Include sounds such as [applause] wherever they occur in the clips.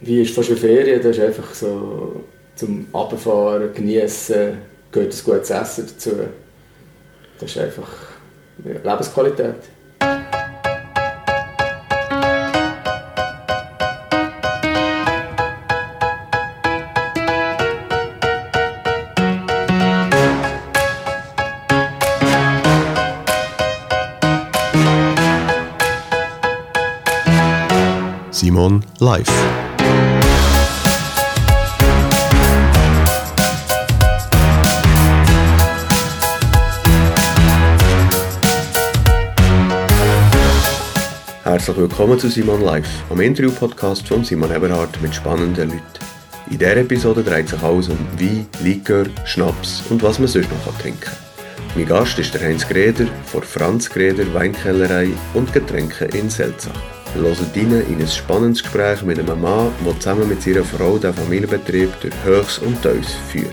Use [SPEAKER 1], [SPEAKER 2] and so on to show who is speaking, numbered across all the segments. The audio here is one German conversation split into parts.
[SPEAKER 1] Wie ist fast eine Ferien? Das ist einfach so zum Abfahren, genießen, gehört ein gutes Essen dazu. Das ist einfach ja, Lebensqualität.
[SPEAKER 2] Simon live. Herzlich willkommen zu Simon Live, am Interview-Podcast von Simon Eberhardt mit spannenden Leuten. In dieser Episode dreht sich alles um Wein, Likör, Schnaps und was man sonst noch trinken kann. Mein Gast ist der Heinz Greder von Franz Greder Weinkellerei und Getränke in Selzach. Wir hören rein in ein spannendes Gespräch mit einem Mann, der zusammen mit seiner Frau den Familienbetrieb durch Höchst und Teus führt.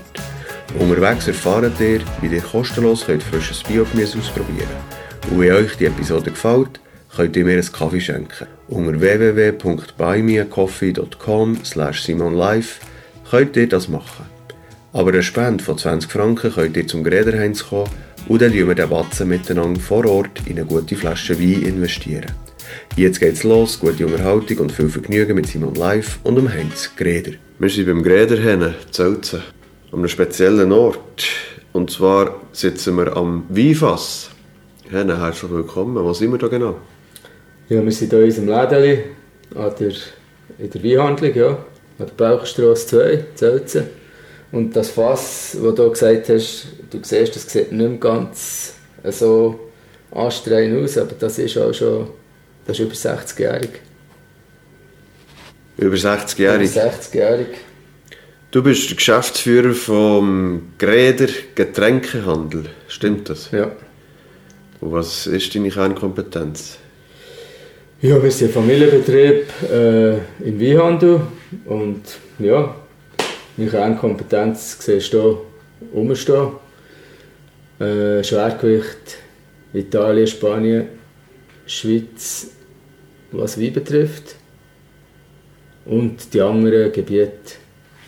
[SPEAKER 2] Unterwegs erfahren ihr, wie ihr kostenlos könnt frisches Biogemüse ausprobieren könnt. Und wenn euch die Episode gefällt, könnt ihr mir einen Kaffee schenken. Unter www.buymeacoffee.com slash simonlive könnt ihr das machen. Aber eine Spende von 20 Franken könnt ihr zum Gräderheinz kommen und dann investieren wir den Batzen miteinander vor Ort in eine gute Flasche Wein. investieren. Jetzt geht's los, gute Unterhaltung und viel Vergnügen mit Simon Live und dem Heinz Greder. Wir sind beim Greder hin, Zelzen, an einem speziellen Ort. Und zwar sitzen wir am Weinfass. Henne, herzlich willkommen. Wo sind wir da genau?
[SPEAKER 1] Ja, wir sind hier in unserem Lädeli, an der, in der Weinhandlung, ja, an der Bauchstrasse 2, Zelzen. Und das Fass, das du gesagt hast, du siehst, das sieht nicht mehr ganz so anstrengend aus, aber das ist auch schon das ist über 60-jährig.
[SPEAKER 2] Über
[SPEAKER 1] Über
[SPEAKER 2] 60-jährig.
[SPEAKER 1] 60-jährig.
[SPEAKER 2] Du bist der Geschäftsführer vom Gräder Getränkehandel. Stimmt das?
[SPEAKER 1] Ja.
[SPEAKER 2] Und was ist deine Kernkompetenz?
[SPEAKER 1] ja, wir sind ein Familienbetrieb äh, im Weinhandel. Und ja, meine Kernkompetenz siehst du hier rumstehen. Äh, Schwergewicht Italien, Spanien, Schweiz, was Wein betrifft. Und die anderen Gebiete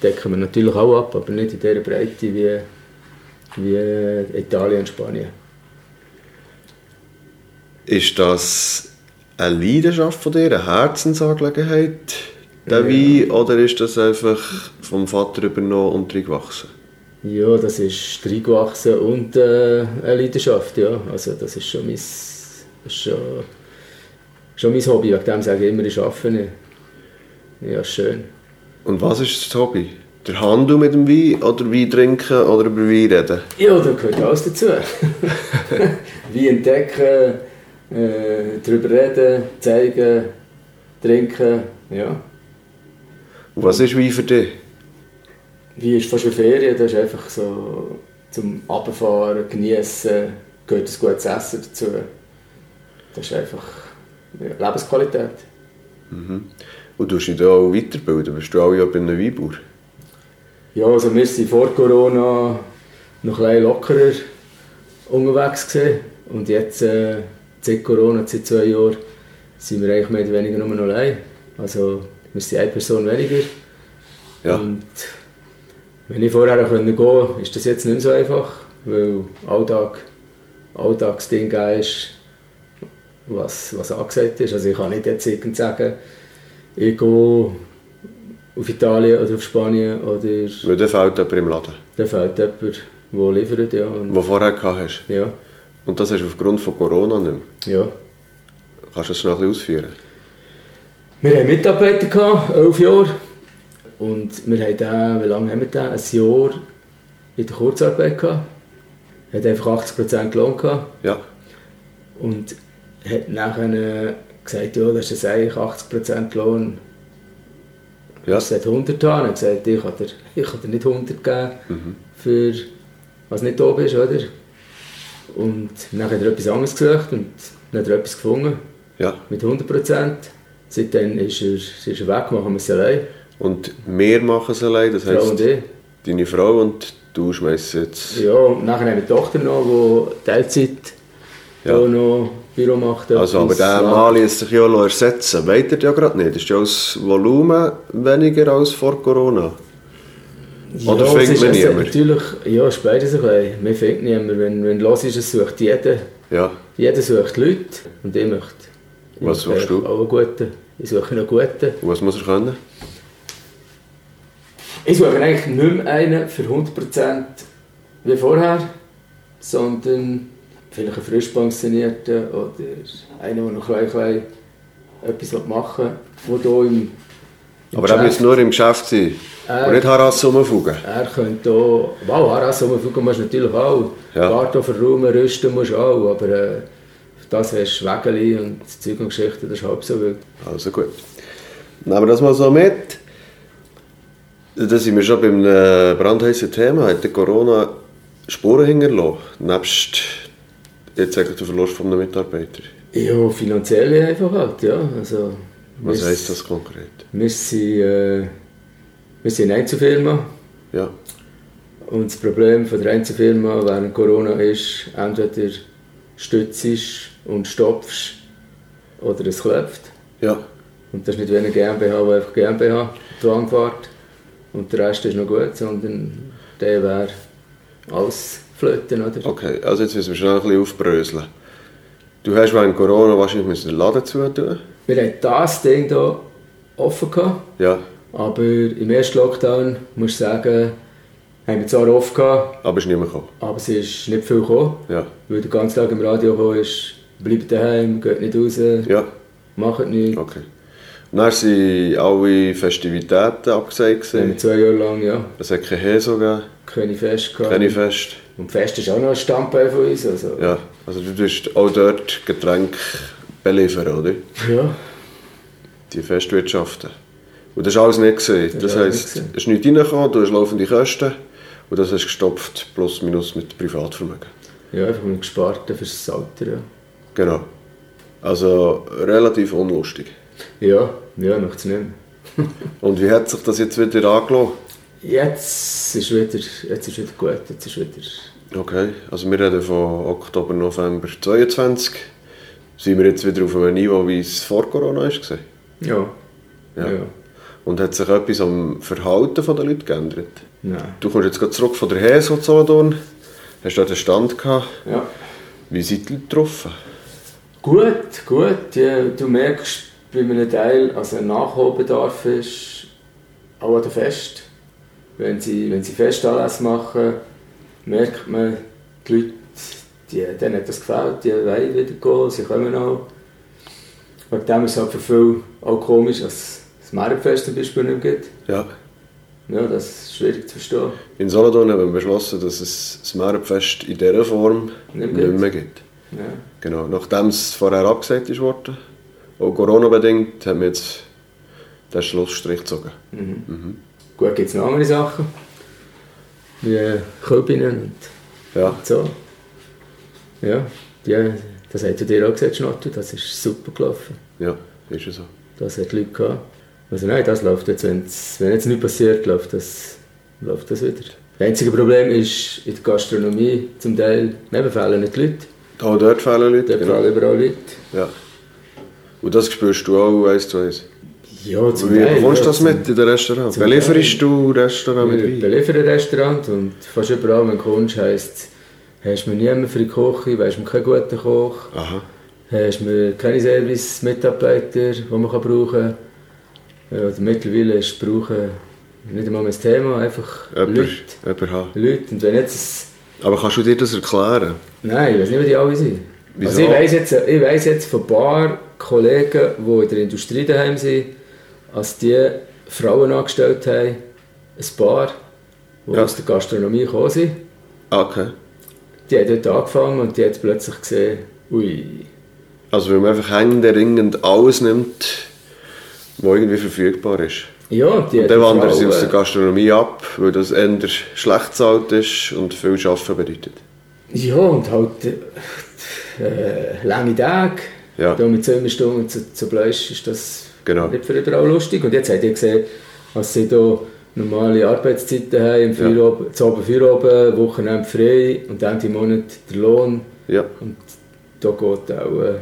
[SPEAKER 1] decken wir natürlich auch ab, aber nicht in dieser Breite wie, wie Italien und Spanien.
[SPEAKER 2] Ist das eine Leidenschaft von dir, eine Herzensangelegenheit, der Wein, oder ist das einfach vom Vater übernommen und drin gewachsen?
[SPEAKER 1] Ja, das ist reingewachsen und äh, eine Leidenschaft, ja. Also das ist schon mein, ist schon, schon mein Hobby. Wegen dem sage ich immer, ich arbeite nicht. Ja, schön.
[SPEAKER 2] Und was ist das Hobby? Der Handel mit dem Wein oder Wein trinken oder über Wein reden?
[SPEAKER 1] Ja, da gehört alles dazu. [laughs] Wie entdecken, äh, darüber reden, zeigen, trinken, ja.
[SPEAKER 2] Und was ist Wein für dich?
[SPEAKER 1] Wie ist fast eine Ferien, das ist einfach so zum Abfahren, genießen, gehört ein gutes Essen dazu. Das ist einfach ja, Lebensqualität.
[SPEAKER 2] Und du hast dich da auch weiterbilden, bist du auch ja bei einem Weinbauer?
[SPEAKER 1] Ja, also wir waren vor Corona noch ein bisschen lockerer unterwegs. Gewesen. Und jetzt, äh, seit Corona, seit zwei Jahren, sind wir eigentlich mehr oder weniger nur noch allein. Also wir sind eine Person weniger.
[SPEAKER 2] Ja.
[SPEAKER 1] Und wenn ich vorher auch gehen konnte, ist das jetzt nicht mehr so einfach, weil Alltag, Alltagsding ist, was, was angesagt ist. Also ich kann nicht jetzt irgend sagen, ich gehe auf Italien oder auf Spanien oder
[SPEAKER 2] Weil dann fehlt jemand im Laden,
[SPEAKER 1] da fehlt jemand, der liefert, ja. Und,
[SPEAKER 2] den du vorher gehabt hast.
[SPEAKER 1] ja,
[SPEAKER 2] Und das hast du aufgrund von Corona nicht mehr.
[SPEAKER 1] ja.
[SPEAKER 2] Kannst du das noch ein bisschen ausführen?
[SPEAKER 1] Wir haben Mitarbeiter, gehabt, elf Jahre. Und wir haben den, wie lange haben wir den? Ein Jahr in der Kurzarbeit gehabt. Hat einfach 80% Lohn gehabt.
[SPEAKER 2] Ja.
[SPEAKER 1] Und hat nachher äh, gesagt, ja, das ist jetzt eigentlich 80% Lohn.
[SPEAKER 2] Ja.
[SPEAKER 1] Es hat 100 getan. Er hat gesagt, ich kann dir, ich kann dir nicht 100 geben,
[SPEAKER 2] Mhm.
[SPEAKER 1] für was nicht da bist, oder? Und dann hat er etwas anderes gesucht und dann hat er etwas gefunden
[SPEAKER 2] ja.
[SPEAKER 1] mit 100 Prozent. Seitdem ist er, ist er weg, machen wir es allein.
[SPEAKER 2] Und wir machen es allein, das
[SPEAKER 1] Frau
[SPEAKER 2] heisst,
[SPEAKER 1] und ich.
[SPEAKER 2] deine Frau und du schmeißt jetzt.
[SPEAKER 1] Ja, und nachher haben wir die Tochter noch, die Teilzeit
[SPEAKER 2] Ja.
[SPEAKER 1] ja. noch Bilo macht
[SPEAKER 2] Also, aber
[SPEAKER 1] etwas,
[SPEAKER 2] der
[SPEAKER 1] ja.
[SPEAKER 2] Mali ist sich ja noch ersetzen. Weht ihr ja gerade nicht. Ist ja das Volumen weniger als vor Corona? Oder
[SPEAKER 1] es
[SPEAKER 2] findet
[SPEAKER 1] ist-
[SPEAKER 2] man
[SPEAKER 1] es ist
[SPEAKER 2] niemand?
[SPEAKER 1] Natürlich, ja, es ist beides ein bisschen. Man findet niemand. Wenn, wenn los ist, es sucht jeder.
[SPEAKER 2] Ja.
[SPEAKER 1] Jeder sucht Leute und ich möchte. ich
[SPEAKER 2] Was
[SPEAKER 1] möchte
[SPEAKER 2] suchst du?
[SPEAKER 1] Auch einen guten. Ich suche einen guten.
[SPEAKER 2] Und Was muss er können?
[SPEAKER 1] Ich suche eigentlich nicht mehr einen für 100% wie vorher, sondern vielleicht einen frisch pensionierten oder einen, der noch ein bisschen etwas machen will, der hier im, im
[SPEAKER 2] Aber er muss
[SPEAKER 1] Geschäft-
[SPEAKER 2] nur im Geschäft sein.
[SPEAKER 1] Äh.
[SPEAKER 2] Und nicht Harass rumfugen.
[SPEAKER 1] Er könnte auch... Wow, Haras rumfliegen musst du natürlich auch.
[SPEAKER 2] Ja.
[SPEAKER 1] Ja. Garten verräumen, rüsten musst du auch, aber äh, für das hast du Wägeli und Zeug und Geschichten, das ist halb so wild.
[SPEAKER 2] Also gut. Nehmen wir das mal so mit. Da sind wir schon beim äh, brandheißen Thema. Hat der Corona Spuren hinterlassen? Nebst jetzt eigentlich der Verlust von einem Mitarbeiter.
[SPEAKER 1] Ja, finanziell einfach halt, ja. Also,
[SPEAKER 2] Was
[SPEAKER 1] wir-
[SPEAKER 2] heisst das konkret?
[SPEAKER 1] Wir sind, äh, wir sind eine Einzelfirma
[SPEAKER 2] Ja.
[SPEAKER 1] und das Problem von der Einzelfirma während Corona ist, entweder stützt und stopfst oder es klopft.
[SPEAKER 2] Ja.
[SPEAKER 1] Und das ist nicht wie eine GmbH, die einfach GmbH Zwang fährt und der Rest ist noch gut, sondern der wäre alles flöten, oder?
[SPEAKER 2] Okay, also jetzt müssen wir schnell ein bisschen aufbröseln. Du hast während Corona wahrscheinlich müssen den Laden zutun.
[SPEAKER 1] Wir hatten das Ding hier offen gehabt.
[SPEAKER 2] Ja.
[SPEAKER 1] Aber im ersten Lockdown, muss ich sagen, haben wir zwar offen gehabt,
[SPEAKER 2] Aber ist nicht mehr gekommen.
[SPEAKER 1] aber es ist nicht viel gekommen.
[SPEAKER 2] Ja.
[SPEAKER 1] Weil der ganze Tag im Radio gekommen ist, bleibt daheim, geht nicht raus,
[SPEAKER 2] Ja.
[SPEAKER 1] macht nichts.
[SPEAKER 2] Okay. Und dann waren alle Festivitäten abgesagt.
[SPEAKER 1] Dann haben wir
[SPEAKER 2] gewesen.
[SPEAKER 1] zwei Jahre lang ja,
[SPEAKER 2] Es hat kein Heso gegeben,
[SPEAKER 1] keine Fest gehabt.
[SPEAKER 2] keine Fest.
[SPEAKER 1] Und Fest ist auch noch ein Standbein von uns. Also.
[SPEAKER 2] Ja, also du tust auch dort Getränke beliefern, oder?
[SPEAKER 1] ja.
[SPEAKER 2] Die Festwirtschaften. Und das war alles nicht. Gewesen. Das
[SPEAKER 1] war alles nicht
[SPEAKER 2] heisst,
[SPEAKER 1] gewesen.
[SPEAKER 2] es ist nichts reingekommen, du hast laufende Kosten und das hast du gestopft, plus minus mit Privatvermögen.
[SPEAKER 1] Ja, einfach mit gesparten fürs Alter. Ja,
[SPEAKER 2] Genau. Also relativ unlustig.
[SPEAKER 1] ja, ja möchte es nicht mehr.
[SPEAKER 2] Und wie hat sich das jetzt wieder angelassen?
[SPEAKER 1] Jetzt ist wieder, jetzt ist wieder gut, jetzt ist wieder...
[SPEAKER 2] Okay, also wir reden von Oktober, November 22. Sind wir jetzt wieder auf einem Niveau, wie es vor Corona war?
[SPEAKER 1] Ja.
[SPEAKER 2] Ja.
[SPEAKER 1] Ja. ja.
[SPEAKER 2] Und hat sich etwas am Verhalten der Leute geändert?
[SPEAKER 1] Nein.
[SPEAKER 2] Du kommst jetzt gerade zurück von der Heso Solothurn. Hast dort einen Stand gehabt.
[SPEAKER 1] Ja.
[SPEAKER 2] Wie sind die Leute getroffen?
[SPEAKER 1] Gut, gut. Ja, du merkst bei einem Teil, also ein Nachholbedarf ist auch an der Fest. Wenn sie, wenn sie Festanlässe machen, merkt man, die Leute, die, denen hat das gefällt, die wollen wieder gehen, sie kommen auch. Wegen dem ist es halt für viele auch komisch, dass es das Märkfest zum Beispiel nicht mehr gibt.
[SPEAKER 2] Ja.
[SPEAKER 1] Ja, das ist schwierig zu verstehen.
[SPEAKER 2] In Solothurn haben wir beschlossen, dass es das Märenfest in dieser Form
[SPEAKER 1] Nicht
[SPEAKER 2] nicht
[SPEAKER 1] mehr
[SPEAKER 2] mehr gibt.
[SPEAKER 1] Ja.
[SPEAKER 2] Genau. Nachdem es vorher abgesagt ist worden, auch Corona-bedingt, haben wir jetzt den Schlussstrich gezogen.
[SPEAKER 1] Mhm. Gut, gibt es noch andere Sachen, wie äh, Kölbinnen und
[SPEAKER 2] Ja.
[SPEAKER 1] So. Ja, die, das hat ja dir auch gesagt, Schnotto, das ist super gelaufen.
[SPEAKER 2] Ja, ist ja so.
[SPEAKER 1] Das hat die Leute gehabt. Also nein, das läuft jetzt, wenn's, wenn jetzt nichts passiert, läuft das, läuft das wieder. Das einzige Problem ist in der Gastronomie zum Teil, eben fehlen nicht die Leute,
[SPEAKER 2] Auch dort fehlen Leute. genau.
[SPEAKER 1] dort fehlen überall Leute.
[SPEAKER 2] Ja. Und das spürst du auch eins zu eins.
[SPEAKER 1] Ja, zum
[SPEAKER 2] Wie
[SPEAKER 1] Teil.
[SPEAKER 2] kommst
[SPEAKER 1] ja,
[SPEAKER 2] du das mit in den Restaurants?
[SPEAKER 1] zum
[SPEAKER 2] Belieferst du Restaurant mit
[SPEAKER 1] Wir
[SPEAKER 2] Wein?
[SPEAKER 1] beliefern ein Restaurant und fast überall, wenn du kommst, heisst es, hast du mir niemanden für die Küche, weisst du mir keinen guten Koch.
[SPEAKER 2] Aha.
[SPEAKER 1] hast du keine Service-Mitarbeiter, die man kann brauchen kann. Oder mittlerweile ist brauchen nicht einmal mehr das Thema, einfach
[SPEAKER 2] Jemand,
[SPEAKER 1] Leute.
[SPEAKER 2] jemand haben.
[SPEAKER 1] Leute. Und wenn jetzt...
[SPEAKER 2] Aber kannst du dir das erklären?
[SPEAKER 1] Nein, ich weiß nicht, wie die alle sind.
[SPEAKER 2] Wieso?
[SPEAKER 1] Also ich weiss jetzt, ich weiss jetzt von ein paar Kollegen, die in der Industrie daheim sind, als die Frauen angestellt haben, ein paar, die
[SPEAKER 2] Ja.
[SPEAKER 1] aus der Gastronomie gekommen sind.
[SPEAKER 2] Ah, okay.
[SPEAKER 1] Die haben dort angefangen und die hat plötzlich gesehen, ui,
[SPEAKER 2] Also weil man einfach händeringend alles nimmt, was irgendwie verfügbar ist.
[SPEAKER 1] ja, die
[SPEAKER 2] Und
[SPEAKER 1] hat
[SPEAKER 2] dann
[SPEAKER 1] die
[SPEAKER 2] wandern sie
[SPEAKER 1] Frauen-
[SPEAKER 2] aus der Gastronomie ab, weil das eher schlecht bezahlt ist und viel Arbeiten bedeutet.
[SPEAKER 1] Ja, und halt äh, äh, lange Tage.
[SPEAKER 2] Ja.
[SPEAKER 1] Da mit 10 Stunden zu, zu Blösch ist das
[SPEAKER 2] Genau.
[SPEAKER 1] nicht für überall lustig. Und jetzt habt ihr gesehen, als sie hier normale Arbeitszeiten haben, im Feierabend, zu Abend Feierabend, Wochenende frei und Ende Monat der Lohn.
[SPEAKER 2] Ja,
[SPEAKER 1] Und da geht auch äh,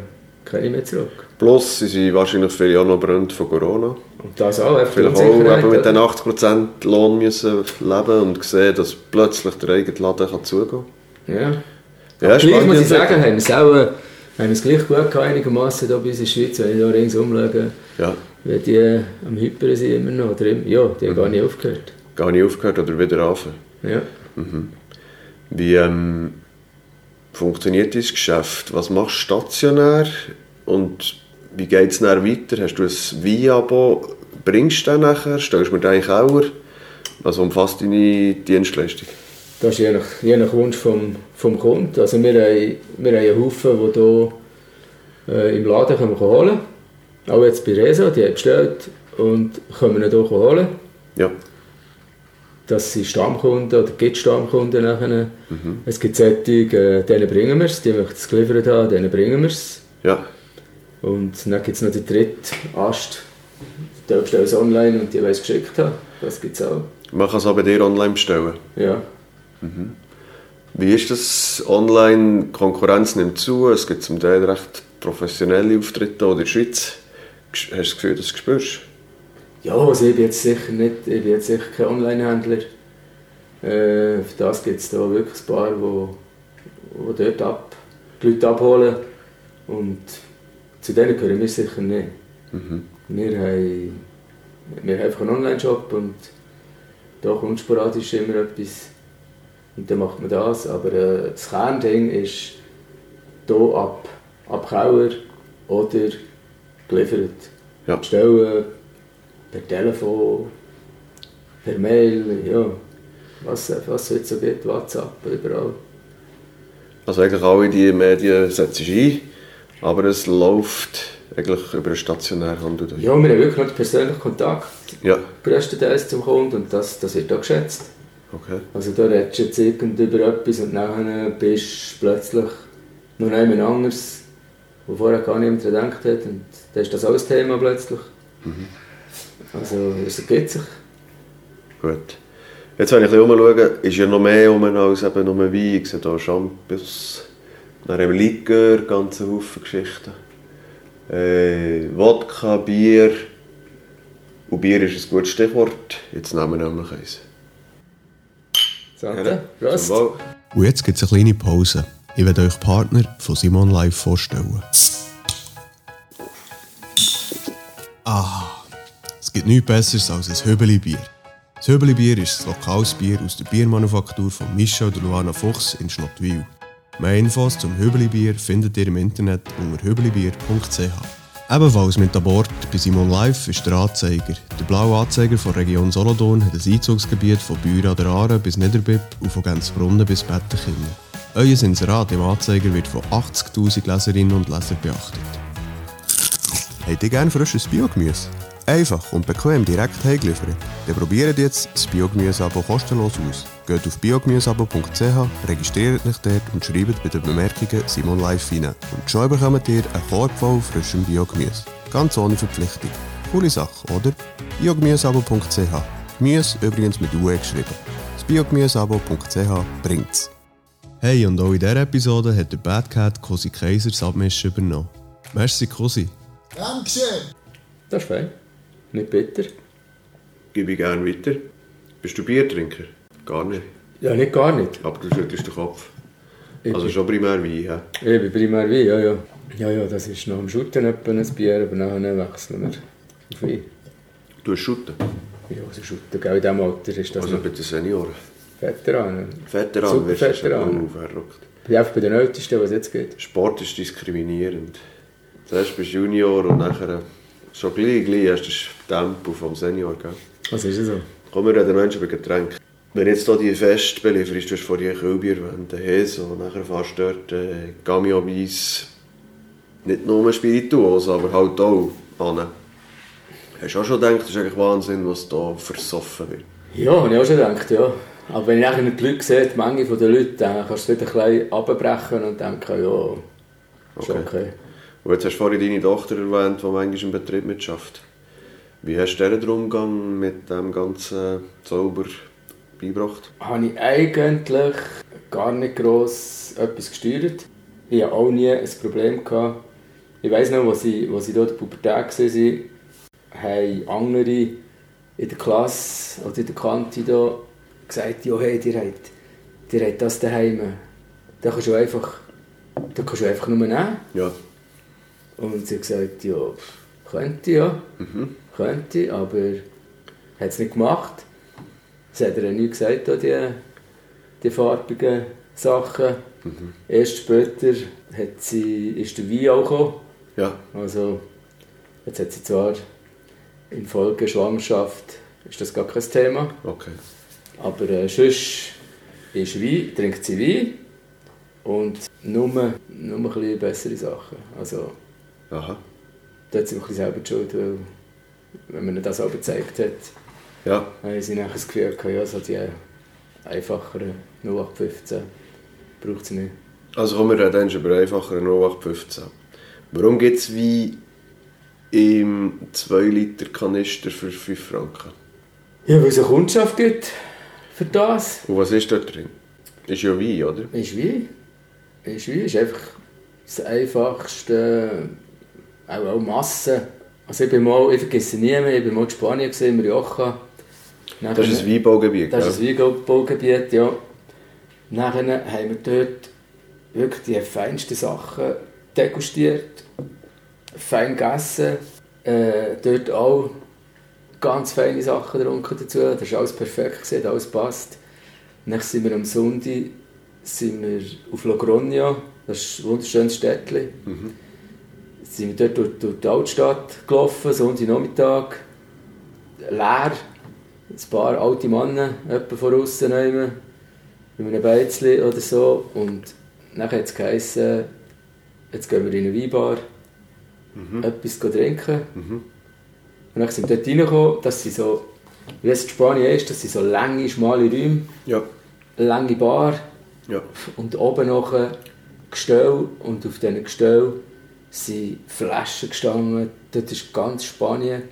[SPEAKER 1] keine mehr zurück.
[SPEAKER 2] Plus, sie sind wahrscheinlich viele auch noch brennt von Corona.
[SPEAKER 1] Und das auch, einfach
[SPEAKER 2] Vielleicht auch
[SPEAKER 1] Unsicherheit,
[SPEAKER 2] eben mit
[SPEAKER 1] oder?
[SPEAKER 2] den 80% Lohn müssen leben und sehen, dass plötzlich der eigene Laden kann zugehen
[SPEAKER 1] Ja.
[SPEAKER 2] kann. Ja,
[SPEAKER 1] Gleich muss ich
[SPEAKER 2] spannend.
[SPEAKER 1] sagen, haben wir es auch, äh, haben wir es gleich gut gehabt, einigermaßen hier bei uns in der Schweiz, wenn ich da ringsum schaue,
[SPEAKER 2] Ja,
[SPEAKER 1] wie die äh, am Hyperen sind immer noch. Oder, im- ja, die haben gar nicht aufgehört.
[SPEAKER 2] gar nicht aufgehört oder wieder anfangen.
[SPEAKER 1] Ja.
[SPEAKER 2] Wie ähm, funktioniert dein Geschäft? Was machst du stationär und wie geht es dann weiter? Hast du ein Wie-Abo? Bringst du den nachher? Stellst du mir den eigentlich auch? Also umfasst deine Dienstleistung?
[SPEAKER 1] Das ist je nach, je nach Wunsch vom, vom Kunden. Also wir, haben, wir haben einen Haufen, die hier äh, im Laden können wir holen können. Auch jetzt bei Resa, die haben bestellt und können wir hier holen.
[SPEAKER 2] Ja,
[SPEAKER 1] Das sind Stammkunden oder gibt Stammkunden nachher. Es gibt solche, äh, denen bringen wir es, die möchten es geliefert haben, denen bringen wir es.
[SPEAKER 2] ja,
[SPEAKER 1] Und dann gibt es noch den dritten Ast, der bestellt es online und die, die es geschickt haben. Das gibt es auch.
[SPEAKER 2] man kann es auch bei dir online bestellen.
[SPEAKER 1] Ja.
[SPEAKER 2] Wie ist das online? Die Konkurrenz nimmt zu, es gibt zum Teil recht professionelle Auftritte auch in der Schweiz. Hast du das Gefühl, dass du es spürst?
[SPEAKER 1] Ja, also ich bin jetzt sicher nicht, ich bin jetzt sicher kein Online-Händler. Äh, für das gibt es da wirklich ein paar, wo, wo dort ab, die Leute abholen. Und zu denen gehören wir sicher nicht. Wir, haben, wir haben einfach einen Online-Shop und da kommt sporadisch immer etwas. Und dann macht man das. Aber äh, das Kernding ist hier ab, ab Kauer oder geliefert.
[SPEAKER 2] Ja.
[SPEAKER 1] Bestellen, per Telefon, per Mail, ja. Was, was es so gibt, WhatsApp, überall.
[SPEAKER 2] Also eigentlich alle diese Medien setzt du ein, aber es läuft eigentlich über den stationären Handel. durch.
[SPEAKER 1] Ja, wir haben wirklich noch den persönlichen Kontakt
[SPEAKER 2] Ja,
[SPEAKER 1] größtenteils zum Kunden und das, das wird auch geschätzt.
[SPEAKER 2] okay.
[SPEAKER 1] Also da redest du jetzt irgend über etwas und nachher bist du plötzlich noch jemand anderes, wo vorher gar niemand dran gedacht hat und dann ist das alles Thema plötzlich. Mhm. Also es geht sich.
[SPEAKER 2] Gut. Jetzt, wenn ich ein bisschen umschaue, ist ja noch mehr rum als eben nur Wein. Ich sehe hier Champions, dann eben Likör, ganze Haufen Geschichten. Äh, Wodka, Bier. Und Bier ist ein gutes Stichwort. Jetzt nehmen wir nämlich eins.
[SPEAKER 1] Sante, Prost.
[SPEAKER 2] Zum Wohl.
[SPEAKER 3] Und jetzt gibt es eine kleine Pause. Ich werde euch die Partner von Simon Live vorstellen. Ah, es gibt nichts Besseres als ein Höbeli-Bier. Das Höbeli-Bier ist ein lokales Bier aus der Biermanufaktur von Michel und Luana Fuchs in Schnottwil. Mehr Infos zum Höbeli-Bier findet ihr im Internet unter höbelibier.ch. Ebenfalls mit an Bord bei Simon Live ist der Anzeiger. Der blaue Anzeiger von Region Solothurn hat ein Einzugsgebiet von Büren an der Aare bis Niederbipp und von Gänzbrunnen bis Bettenkingen. Euer Inserat im Anzeiger wird von 80'000 Leserinnen und Lesern beachtet. Habt ihr gerne frisches Biogemüse? Einfach und bequem direkt heimgeliefert. Dann probiert jetzt das Biogemüse-Abo kostenlos aus. Geht auf biogemüseabo.ch, registriert euch dort und schreibt bei den Bemerkungen Simon Live rein. Und schon bekommt ihr einen Korb voll frischem Biogemüse. Ganz ohne Verpflichtung. Coole Sache, oder? biogemüseabo.ch Gemüse übrigens mit UE geschrieben. Das biogemüseabo.ch bringt's. Hey, und auch in dieser Episode hat der Bad Cat Cosi Kaiser das Abmischen übernommen. Merci Cosi.
[SPEAKER 1] Das ist fein. Nicht bitter.
[SPEAKER 2] Gebe ich gerne weiter. Bist du Biertrinker? Gar nicht.
[SPEAKER 1] Ja, nicht gar nicht.
[SPEAKER 2] Aber du schüttelst den Kopf.
[SPEAKER 1] Ich,
[SPEAKER 2] Also schon primär Wein. hä?
[SPEAKER 1] ich bin primär Wein, ja, ja. Ja, ja, das ist noch am Schutten etwa ein Bier, aber nachher wechseln wir auf Wein.
[SPEAKER 2] Du hast Schutten.
[SPEAKER 1] Ja, also Schutten, gell, in diesem Alter ist das
[SPEAKER 2] Also
[SPEAKER 1] also,
[SPEAKER 2] bei den Senioren.
[SPEAKER 1] Veteran.
[SPEAKER 2] Veteran wirst du schon.
[SPEAKER 1] Superveteran.
[SPEAKER 2] Oh, verrückt.
[SPEAKER 1] Ich bin einfach bei den Ältesten, was jetzt geht.
[SPEAKER 2] Sport ist diskriminierend. Zuerst bist du Junior und nachher schon gleich, gleich hast du das Tempo vom Senior. Gell?
[SPEAKER 1] Was ist es so?
[SPEAKER 2] Komm, wir reden Menschen über Getränke. Wenn jetzt hier die Fest belieferst, du hast vorhin Kühlbier erwähnt, den Heso, und nachher fährst du dort äh, Gamio-Weiss, nicht nur Spirituos, aber halt auch an. Hast du auch schon gedacht, das ist eigentlich Wahnsinn, was da versoffen wird?
[SPEAKER 1] Ja, habe ich auch schon gedacht, ja. Aber wenn ich nachher die Leute sehe, die Menge der Leute, dann kannst du es wieder ein bisschen runterbrechen und denken, ja, ist
[SPEAKER 2] Okay.
[SPEAKER 1] okay.
[SPEAKER 2] Und jetzt hast du vorhin deine Tochter erwähnt, die manchmal im Betrieb mitschafft. Wie hast du den Umgang mit dem ganzen Zauber beigebracht?
[SPEAKER 1] Habe ich eigentlich gar nicht gross etwas gesteuert. Ich ich habe auch nie ein Problem gehabt. Ich weiß noch, als ich, als ich dort in der Pubertät war, haben andere in der Klasse oder in der Kante da gesagt, ja, hey, ihr habt, ihr habt das daheim. Da kannst du einfach, da kannst du einfach nur nehmen.
[SPEAKER 4] Ja.
[SPEAKER 1] Und sie hat gesagt, ja, pff, könnte ja, könnte, aber hat es nicht gemacht. Das hat er ja nie gesagt, da, die, die farbigen Sachen. Erst später hat sie, ist der Wein auch gekommen.
[SPEAKER 4] Ja.
[SPEAKER 1] Also, jetzt hat sie zwar in Folge Schwangerschaft, ist das gar kein Thema,
[SPEAKER 4] Okay.
[SPEAKER 1] aber äh, sonst ist Wein, trinkt sie Wein und nur, nur ein bisschen bessere Sachen. Also,
[SPEAKER 4] Aha.
[SPEAKER 1] dort sind wir ein bisschen selber schuld, weil wenn man ihnen das auch gezeigt hat,
[SPEAKER 4] Ja.
[SPEAKER 1] haben sie nachher das Gefühl gehabt, ja, so die einfacheren 0815 braucht sie nicht.
[SPEAKER 4] Also kommen wir dann über einfacher 0815. Warum gibt es wie im 2-Liter-Kanister für 5 Franken?
[SPEAKER 1] Ja, weil es eine Kundschaft gibt für das.
[SPEAKER 4] Und was ist dort drin? Ist ja Wein, oder?
[SPEAKER 1] Ist wie? Ist wie? Ist einfach das einfachste. äh, Auch, auch Masse. Also ich bin mal, ich vergesse nie mehr, ich bin mal in Spanien gewesen, in Mallorca. Nachher-
[SPEAKER 4] Das ist ein Weinbaugebiet,
[SPEAKER 1] Das
[SPEAKER 4] gell?
[SPEAKER 1] ist ein Weinbaugebiet, ja. Nachher haben wir dort wirklich die feinsten Sachen degustiert, fein gegessen, äh, dort auch ganz feine Sachen getrunken dazu. Das war alles perfekt, gewesen, hat alles passt. Dann sind wir am Sonntag sind wir auf Logroño, das ist ein wunderschönes Städtchen. Sind wir dort durch, durch die Altstadt gelaufen, Sonntagnachmittag, leer, ein paar alte Männer, jemand von außen nehmen, mit einem Beizli oder so. Und dann hat es geheißen, jetzt gehen wir in eine Weinbar, etwas trinken. Und dann sind wir dort reingekommen, dass sie so, wie es in Spanien ist, dass sie so lange, schmale Räume,
[SPEAKER 4] Ja.
[SPEAKER 1] lange Bar
[SPEAKER 4] Ja.
[SPEAKER 1] und oben noch ein Gestell und auf diesen Gestell sind Flaschen gestanden. Dort war ganz Spanien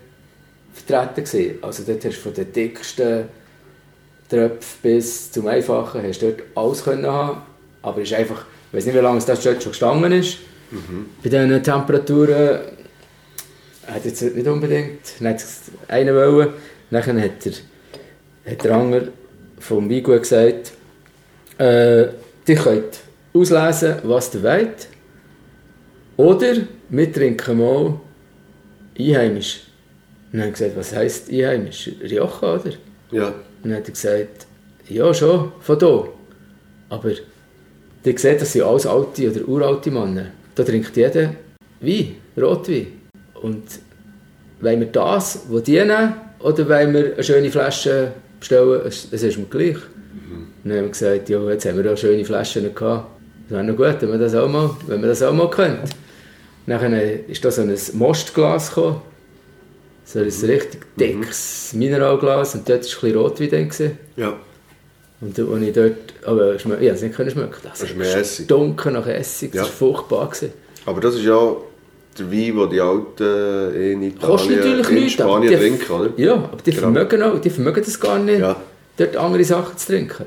[SPEAKER 1] vertreten. Gewesen. Also dort hast du von den dicksten Tröpfen bis zum Einfachen hast du dort alles können haben. Aber es ist einfach, ich weiß nicht, wie lange es das dort schon gestanden ist. Bei diesen Temperaturen hat jetzt nicht unbedingt, dann hat es einen wollen, nachher hat der, hat der andere vom Vigo gesagt, äh, ihr könnt auslesen, was ihr wollt. Oder wir trinken mal einheimisch. Und dann haben wir gesagt, was heisst einheimisch? Rioja, oder?
[SPEAKER 4] Ja.
[SPEAKER 1] Und dann hat er gesagt, ja schon, von hier. Aber ihr seht, das sind alles alte oder uralte Männer. Da trinkt jeder Wein, Rotwein. Und wollen wir das, was die nehmen, oder wollen wir eine schöne Flasche bestellen, es es ist mir gleich. Und dann haben wir gesagt, ja, jetzt haben wir da schöne Flaschen gehabt. Das wäre noch gut, wenn wir das auch mal, wenn wir das auch mal könnten. Nachher ist da so ein Mostglas gekommen. So ein richtig dickes Mineralglas. Und dort war ein bisschen Rotwein drin. gewesen.
[SPEAKER 4] Ja.
[SPEAKER 1] Und als ich dort... Aber ich konnte es nicht können schmecken. Das
[SPEAKER 4] Das ist mehr Essig.
[SPEAKER 1] dunkel nach Essig. Das
[SPEAKER 4] Ja.
[SPEAKER 1] war furchtbar. Gewesen.
[SPEAKER 4] Aber das ist ja der Wein, den die Alten in Italien,
[SPEAKER 1] Kostet natürlich
[SPEAKER 4] in
[SPEAKER 1] nichts. aber
[SPEAKER 4] Spanien trinken, oder?
[SPEAKER 1] Ja, aber die,
[SPEAKER 4] Genau.
[SPEAKER 1] vermögen auch, die vermögen das gar nicht,
[SPEAKER 4] Ja.
[SPEAKER 1] dort andere Sachen zu trinken.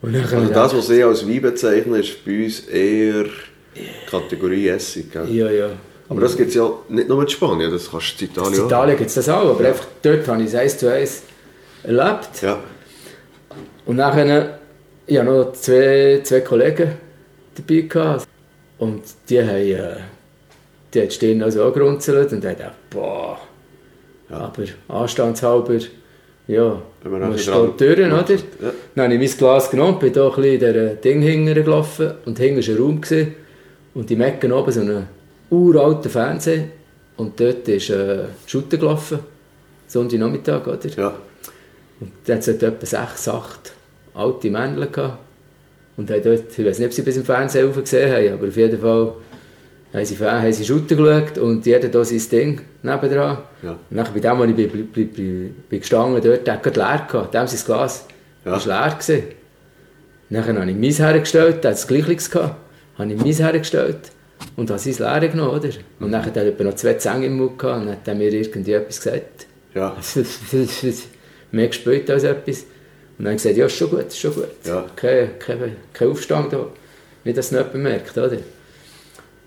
[SPEAKER 1] Und dann
[SPEAKER 4] Also das, was ich als Wein bezeichne, ist bei uns eher Kategorie Essig. Gell?
[SPEAKER 1] Ja, ja.
[SPEAKER 4] Aber das gibt es ja nicht nur in Spanien, das kannst du in Italien
[SPEAKER 1] In
[SPEAKER 4] auch.
[SPEAKER 1] Italien gibt es das auch, aber einfach dort habe ich es eins zu eins erlebt.
[SPEAKER 4] Ja,
[SPEAKER 1] Und nachher, ich hatte noch zwei, zwei Kollegen dabei. Gehabt. Und die haben, äh, die haben die Stirn also angerunzelt und haben gedacht, boah, aber anstandshalber, ja,
[SPEAKER 4] Wenn man
[SPEAKER 1] musst du
[SPEAKER 4] nachher
[SPEAKER 1] da
[SPEAKER 4] dran-
[SPEAKER 1] Türen, oder?
[SPEAKER 4] Ja.
[SPEAKER 1] Dann habe ich mein Glas genommen, bin da ein bisschen in diesem Ding hingelaufen und hinten war ein Raum. Gewesen. Und die Mecken oben so einen uralten Fernseher. Und dort ist äh, Schutter gelaufen, Sonntagnachmittag, oder?
[SPEAKER 4] ja.
[SPEAKER 1] Dann hat es dort etwa sechs, acht alte Männer gehabt. Und haben dort, ich weiß nicht, ob sie bis im Fernsehen rauf gesehen haben, aber auf jeden Fall haben sie, haben sie Shooter geschaut und jeder da sein Ding nebendran.
[SPEAKER 4] Ja.
[SPEAKER 1] Und dann bei dem, wo ich bei, bei, bei, bei gestanden dort, der hat gerade leer gehabt. Dem sein Glas
[SPEAKER 4] Ja.
[SPEAKER 1] war leer. Gewesen. Dann habe ich meins hergestellt, der hat das Gleichliches gehabt. Habe ich meins hergestellt und habe sein leer genommen, oder?
[SPEAKER 4] Mhm.
[SPEAKER 1] Und dann hat er etwa noch zwei Zänge im Mund gehabt und dann hat er mir irgendwie etwas gesagt
[SPEAKER 4] ja.
[SPEAKER 1] mehr gespielt als etwas. Und dann haben sie gesagt, ja, ist schon gut, ist schon gut.
[SPEAKER 4] Ja.
[SPEAKER 1] Kein, kein, kein Aufstand da. Nicht, dass es nicht bemerkt, oder?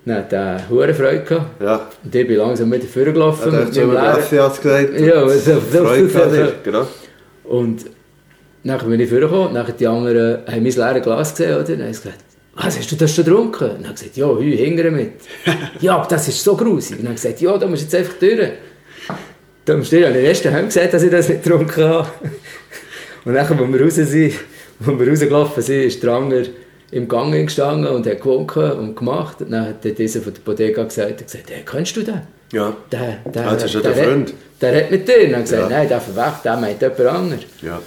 [SPEAKER 1] Dann hat er hohe Freude gehabt.
[SPEAKER 2] Ja.
[SPEAKER 1] Und ich bin langsam wieder
[SPEAKER 2] Ja,
[SPEAKER 1] vorgelaufen
[SPEAKER 2] da hat
[SPEAKER 1] mit
[SPEAKER 2] so
[SPEAKER 1] meinem
[SPEAKER 2] über
[SPEAKER 1] Lehrer.
[SPEAKER 2] Kaffee hat's gesagt.
[SPEAKER 1] Ja, aber so-
[SPEAKER 2] Freude gehabt hast, genau.
[SPEAKER 1] Und dann bin ich vorgekommen, nachher die anderen haben mein leeres Glas gesehen, oder? Dann haben sie gesagt, was, hast du das schon getrunken? Dann habe ich gesagt, ja, heu, hingere
[SPEAKER 2] [laughs]
[SPEAKER 1] mit. ja, aber das ist so grusig. Dann haben sie gesagt, ja, da musst du jetzt einfach durch. Da musst du durch. Und den Rest haben gesagt, dass ich das nicht getrunken habe. und nachher, als wir raus sind, als wir rausgelaufen sind, ist der Anger im Gang gestanden und hat gewunken und gemacht. Und dann hat der dieser von der Bodega gesagt, er hat gesagt, hey, kennst du den?
[SPEAKER 2] Ja.
[SPEAKER 1] Der, der,
[SPEAKER 2] Ah, das ist ja der
[SPEAKER 1] hat-
[SPEAKER 2] Freund.
[SPEAKER 1] Der hat mit dir. Und dann gesagt,
[SPEAKER 2] Ja.
[SPEAKER 1] nein, der verwacht, der meint jemand anderes.
[SPEAKER 2] ja.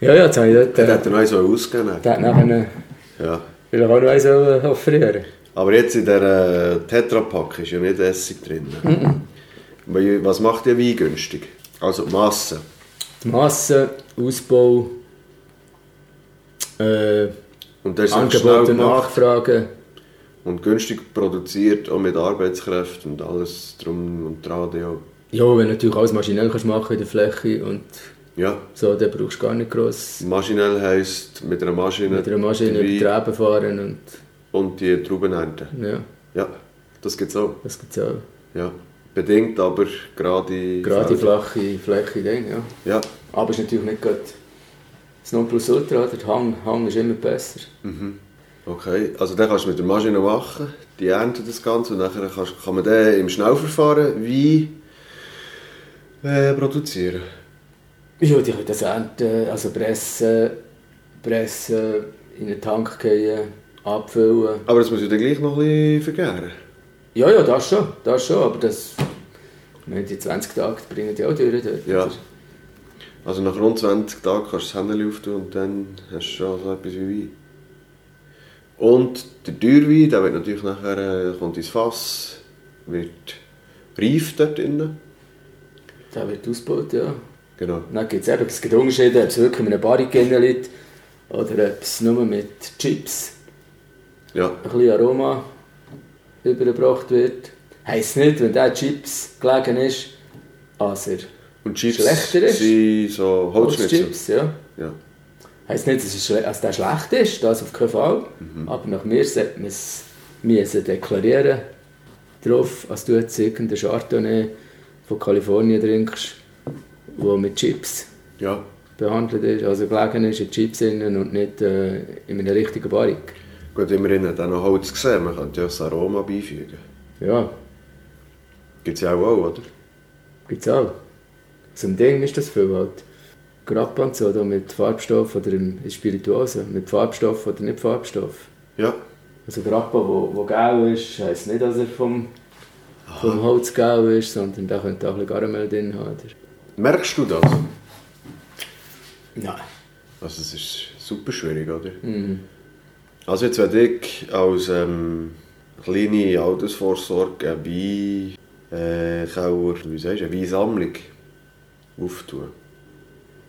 [SPEAKER 1] Ja, ja, jetzt habe ich dort.
[SPEAKER 2] Dann
[SPEAKER 1] Äh,
[SPEAKER 2] hat er noch so ausgegeben.
[SPEAKER 1] der hat nachher
[SPEAKER 2] Ja.
[SPEAKER 1] vielleicht auch noch eins äh, offerieren.
[SPEAKER 2] Aber jetzt in der äh, Tetrapack ist ja nicht Essig drin. Weil, Was macht der Wein günstig? Also die Masse.
[SPEAKER 1] Die Masse, Ausbau, äh,
[SPEAKER 2] Und der ist auch schnell
[SPEAKER 1] Angebot und
[SPEAKER 2] gemacht
[SPEAKER 1] Nachfrage.
[SPEAKER 2] und günstig produziert, auch mit Arbeitskräften und alles drum und dran. Ja.
[SPEAKER 1] Ja, wenn du natürlich alles maschinell kannst machen in der Fläche und
[SPEAKER 2] ja.
[SPEAKER 1] so, dann brauchst du gar nicht gross
[SPEAKER 2] Maschinell heisst mit einer Maschine,
[SPEAKER 1] mit einer Maschine über
[SPEAKER 2] den
[SPEAKER 1] die
[SPEAKER 2] Wein
[SPEAKER 1] Reben fahren und
[SPEAKER 2] und die Trauben ernten.
[SPEAKER 1] ja,
[SPEAKER 2] Ja, das gibt es auch.
[SPEAKER 1] das gibt es auch.
[SPEAKER 2] Ja. Bedingt, aber gerade.
[SPEAKER 1] Gerade
[SPEAKER 2] Felder.
[SPEAKER 1] flache Fläche, dann, ja.
[SPEAKER 2] Ja.
[SPEAKER 1] Aber es ist natürlich nicht gerade das Nonplusultra, oder? der Hang, Hang ist immer besser.
[SPEAKER 2] Okay, also dann kannst du mit der Maschine machen, die erntet das Ganze und dann kannst, kann man den im Schnellverfahren Wein äh, produzieren.
[SPEAKER 1] Ja, die können das ernten, also pressen, pressen, in den Tank gehen, abfüllen.
[SPEAKER 2] Aber das muss ja dann gleich noch ein bisschen vergären.
[SPEAKER 1] Ja, ja, das schon, das schon, aber das... Wenn die 20 Tage die bringen die auch durch dort.
[SPEAKER 2] Ja. Also nach rund 20 Tagen kannst du das Händchen öffnen und dann hast du schon so etwas wie Wein. Und der Dürrwein, der wird natürlich nachher, äh, kommt ins Fass, wird reif dort drinnen.
[SPEAKER 1] Der wird ausgebaut, ja.
[SPEAKER 2] Genau.
[SPEAKER 1] Und dann gibt es eben, es gibt Unterschiede, ob es wirklich um mit einer Barrikade liegt oder ob es nur mit Chips
[SPEAKER 2] Ja,
[SPEAKER 1] ein bisschen Aroma übergebracht wird. Heisst nicht, wenn der Chips gelegen ist, als er
[SPEAKER 2] und Chips
[SPEAKER 1] Schlechter ist?
[SPEAKER 2] sind so Holzschnitzel.
[SPEAKER 1] Chips, ja.
[SPEAKER 2] Ja.
[SPEAKER 1] Heißt nicht, dass, es schle dass der schlecht ist, das auf keinen Fall. Aber nach mir sollte man es müssen deklarieren drauf, als du jetzt irgendeinen Chardonnay von Kalifornien trinkst, der mit Chips
[SPEAKER 2] ja.
[SPEAKER 1] behandelt ist, also gelegen ist in Chips innen und nicht äh, in einer richtigen Barrik.
[SPEAKER 2] Gut, immerhin hat er noch Holz gesehen, man könnte ja das Aroma beifügen.
[SPEAKER 1] Ja,
[SPEAKER 2] Gibt es ja auch, auch, oder?
[SPEAKER 1] gibt's auch. Zum Ding ist das viel halt. Grappa und so, da mit Farbstoff oder im in Spirituosen, mit Farbstoff oder nicht Farbstoff.
[SPEAKER 2] Ja.
[SPEAKER 1] Also Grappa, wo, wo gelb ist, heisst nicht, dass er vom, vom Holz gelb ist, sondern da könnte auch ein bisschen Karamell drin haben. oder?
[SPEAKER 2] Merkst du das?
[SPEAKER 1] Nein.
[SPEAKER 2] Also es ist super schwierig, oder?
[SPEAKER 1] Mhm.
[SPEAKER 2] Also jetzt werde ich als ähm, kleine Altersvorsorge eine Wein, äh, Kauer, wie sagst du, eine Weinsammlung auftun.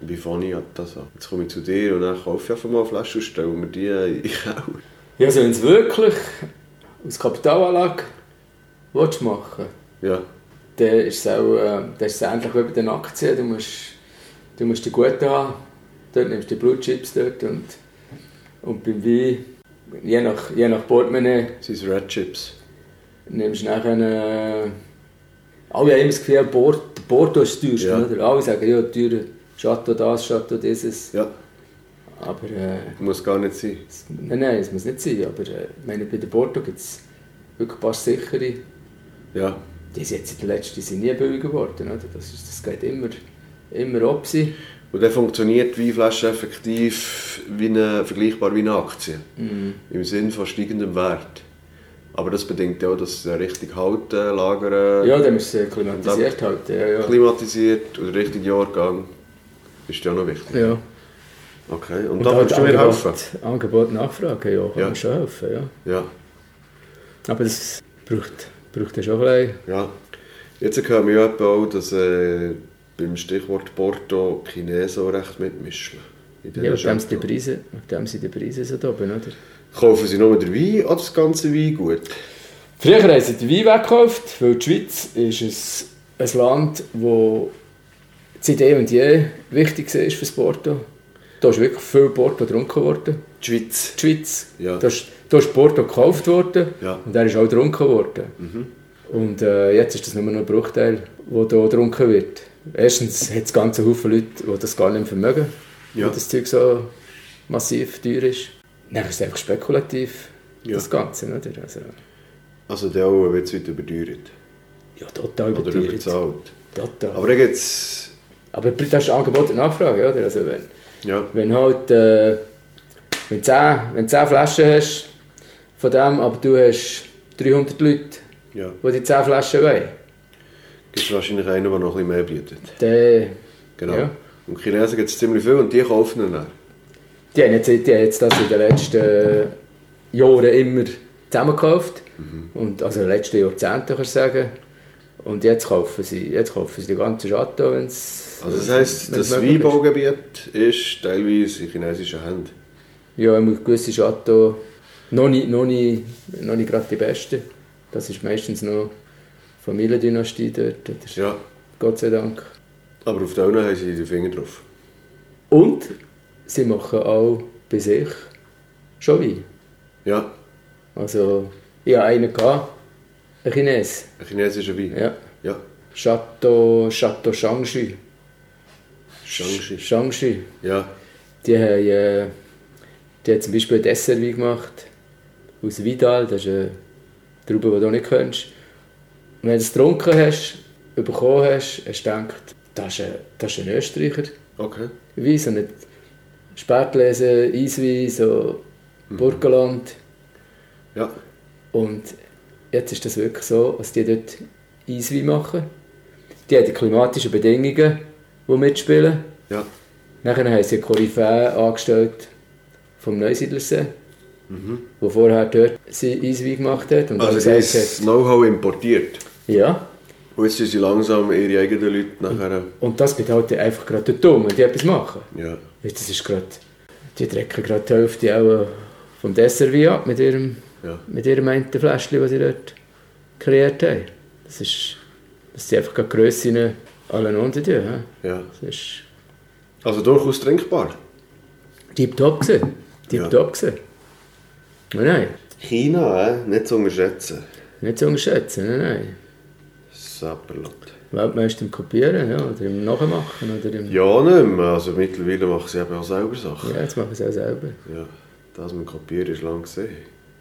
[SPEAKER 2] Wie fange ich das an? Jetzt komme ich zu dir und dann kaufe ich einfach mal eine Flasche und stelle mir die in die Kauer.
[SPEAKER 1] Ja, also wenn es wirklich aus Kapitalanlage willst machen
[SPEAKER 2] [laughs] Ja,
[SPEAKER 1] dann ist es auch äh, dann ist es ähnlich wie bei den Aktien. Du musst, du musst die guten haben, dort nimmst du die Blue Chips dort und, und beim Wein, je nach, je nach Portemonnaie,
[SPEAKER 2] das sind Red Chips.
[SPEAKER 1] nimmst nachher. Äh, alle haben immer das Gefühl, Bord, Bordeaux ist teuer.
[SPEAKER 2] Ja.
[SPEAKER 1] Oder? Alle sagen, ja, teuer, Chateau das, Chateau dieses.
[SPEAKER 2] Ja,
[SPEAKER 1] Aber äh,
[SPEAKER 2] muss gar nicht sein.
[SPEAKER 1] es, nein, nein, es muss nicht sein. Aber äh, ich meine, bei der Bordeaux gibt es wirklich ein paar sichere.
[SPEAKER 2] Ja,
[SPEAKER 1] Die sind jetzt in den letzten sind nie billiger geworden. Oder? Das, ist, das geht immer, immer ab. sein.
[SPEAKER 2] Und dann funktioniert die Weinflasche effektiv wie eine, vergleichbar wie eine Aktie. Im Sinn von steigendem Wert. Aber das bedingt ja auch, dass sie richtig halten, lagern,
[SPEAKER 1] Ja, dann ist es äh, klimatisiert halt. Ja, ja.
[SPEAKER 2] klimatisiert und richtig Jahrgang. Ist ja auch noch wichtig.
[SPEAKER 1] ja.
[SPEAKER 2] Okay, und, da kannst du mir
[SPEAKER 1] Angebot-
[SPEAKER 2] helfen.
[SPEAKER 1] Angebot, Nachfrage, ja, kann
[SPEAKER 2] Ja.
[SPEAKER 1] man schon helfen. Ja.
[SPEAKER 2] Ja,
[SPEAKER 1] Aber das braucht, braucht ja schon ein bisschen.
[SPEAKER 2] ja. Jetzt hören wir ja etwa auch, dass äh, beim Stichwort Porto die Chinesen auch recht mitmischen. In diesen
[SPEAKER 1] Ja, wegen dem sind die
[SPEAKER 2] Schöpfungen.
[SPEAKER 1] Preise, wegen dem sind die Preise so da oben, oder?
[SPEAKER 2] Kaufen sie nur den Wein oder das ganze Weingut?
[SPEAKER 1] Früher haben sie den Wein weggekauft, weil die Schweiz ist ein, ein Land, wo seit eh und je wichtig war für das Porto. da ist wirklich viel Porto getrunken worden.
[SPEAKER 2] Die Schweiz.
[SPEAKER 1] Die Schweiz.
[SPEAKER 2] Ja.
[SPEAKER 1] Da, ist, da ist Porto gekauft worden
[SPEAKER 2] Ja. Mhm.
[SPEAKER 1] und er ist auch getrunken worden. Und äh, jetzt ist das nur noch ein Bruchteil, der hier getrunken wird. Erstens hat es ganz Haufen Leute, die das gar nicht mehr vermögen,
[SPEAKER 2] Ja.
[SPEAKER 1] weil das Zeug so massiv teuer ist. Dann ist es einfach spekulativ,
[SPEAKER 2] Ja.
[SPEAKER 1] das Ganze. Oder? Also,
[SPEAKER 2] Also der auch wird es heute überteuert.
[SPEAKER 1] ja, total
[SPEAKER 2] Oder
[SPEAKER 1] überteuert. Also
[SPEAKER 2] überzahlt.
[SPEAKER 1] Total.
[SPEAKER 2] Aber dann gibt es...
[SPEAKER 1] Aber das ist Angebot und Nachfrage, oder? Also wenn,
[SPEAKER 2] Ja.
[SPEAKER 1] wenn halt, äh, wenn du 10, wenn du 10 Flaschen hast von dem, aber du hast 300 Leute,
[SPEAKER 2] Ja.
[SPEAKER 1] die die 10 Flaschen wollen,
[SPEAKER 2] Gibt wahrscheinlich einen, der noch ein bisschen mehr bietet.
[SPEAKER 1] dann,
[SPEAKER 2] Genau.
[SPEAKER 1] Ja.
[SPEAKER 2] Und Chinesen gibt es ziemlich viel und die kaufen ihn dann.
[SPEAKER 1] die haben jetzt, die haben jetzt das in den letzten äh, Jahren immer zusammengekauft.
[SPEAKER 2] Mhm.
[SPEAKER 1] Und, also in den letzten Jahrzehnten, kannst du sagen. Und jetzt kaufen sie, jetzt kaufen sie die ganze Chateau, wenn es
[SPEAKER 2] Also das heisst,
[SPEAKER 1] wenn's
[SPEAKER 2] das
[SPEAKER 1] möglich ist.
[SPEAKER 2] Weinbaugebiet ist teilweise in chinesischen Händen.
[SPEAKER 1] Ja, einmal gewisse Chateau. Noch nicht, noch nicht, noch nicht gerade die besten. Das ist meistens noch Familiendynastie dort. Das ist,
[SPEAKER 2] Ja.
[SPEAKER 1] Gott sei Dank.
[SPEAKER 2] Aber auf der einen haben sie die Finger drauf.
[SPEAKER 1] Und sie machen auch bei sich schon Wein.
[SPEAKER 2] Ja,
[SPEAKER 1] Also, ich hatte einen, gehabt, ein Chines.
[SPEAKER 2] ein chinesischer Wein.
[SPEAKER 1] Ja.
[SPEAKER 2] Ja.
[SPEAKER 1] Chateau, Chateau Shangxi.
[SPEAKER 2] Shangxi.
[SPEAKER 1] Shangxi.
[SPEAKER 2] Ja.
[SPEAKER 1] Die haben, äh, die haben zum Beispiel ein Dessertwein gemacht aus Vidal, das ist eine Traube, die du nicht kennst. Und wenn du es getrunken hast, bekommen hast, hast du gedacht, das ist ein, das ist ein Österreicher
[SPEAKER 2] Okay.
[SPEAKER 1] Wein, so nicht Spätlese, Eiswein, so Burgenland.
[SPEAKER 2] Ja.
[SPEAKER 1] Und jetzt ist das wirklich so, dass die dort Eiswein machen. Die haben die klimatischen Bedingungen, die mitspielen.
[SPEAKER 2] Ja.
[SPEAKER 1] Also Nachher haben sie eine Koryphäe angestellt vom Neusiedlersee, wo vorher dort sie Eiswein gemacht hat. Und
[SPEAKER 2] Mhm. Also
[SPEAKER 1] dann
[SPEAKER 2] sie haben das Know-how importiert.
[SPEAKER 1] ja.
[SPEAKER 2] Und jetzt sind sie langsam ihre eigenen Leute nachher...
[SPEAKER 1] Und das geht halt einfach gerade den Dummen, die etwas machen.
[SPEAKER 2] Ja.
[SPEAKER 1] Weißt, Das ist gerade, die trecken gerade die Hälfte auch äh, vom Dessertwein ab mit ihrem,
[SPEAKER 2] Ja.
[SPEAKER 1] mit ihrem einen Fläschchen, das sie dort kreiert haben. Das ist, das sind einfach gerade Grössinnen allen unten tun. hä?
[SPEAKER 2] Ja.
[SPEAKER 1] Das ist
[SPEAKER 2] Also durchaus trinkbar.
[SPEAKER 1] tiptop gewesen. Tiptop gewesen. Nein, nein.
[SPEAKER 2] China, äh? nicht zu unterschätzen.
[SPEAKER 1] Nicht zu unterschätzen, nein, nein.
[SPEAKER 2] Sapperlot.
[SPEAKER 1] Weltmeister im Kopieren ja, oder im Nachmachen. Oder im, ja.
[SPEAKER 2] Ja, nicht mehr. Also mittlerweile machen sie eben auch selber Sachen.
[SPEAKER 1] jetzt machen sie auch selber.
[SPEAKER 2] Ja, das mit dem Kopieren ist lang gesehen.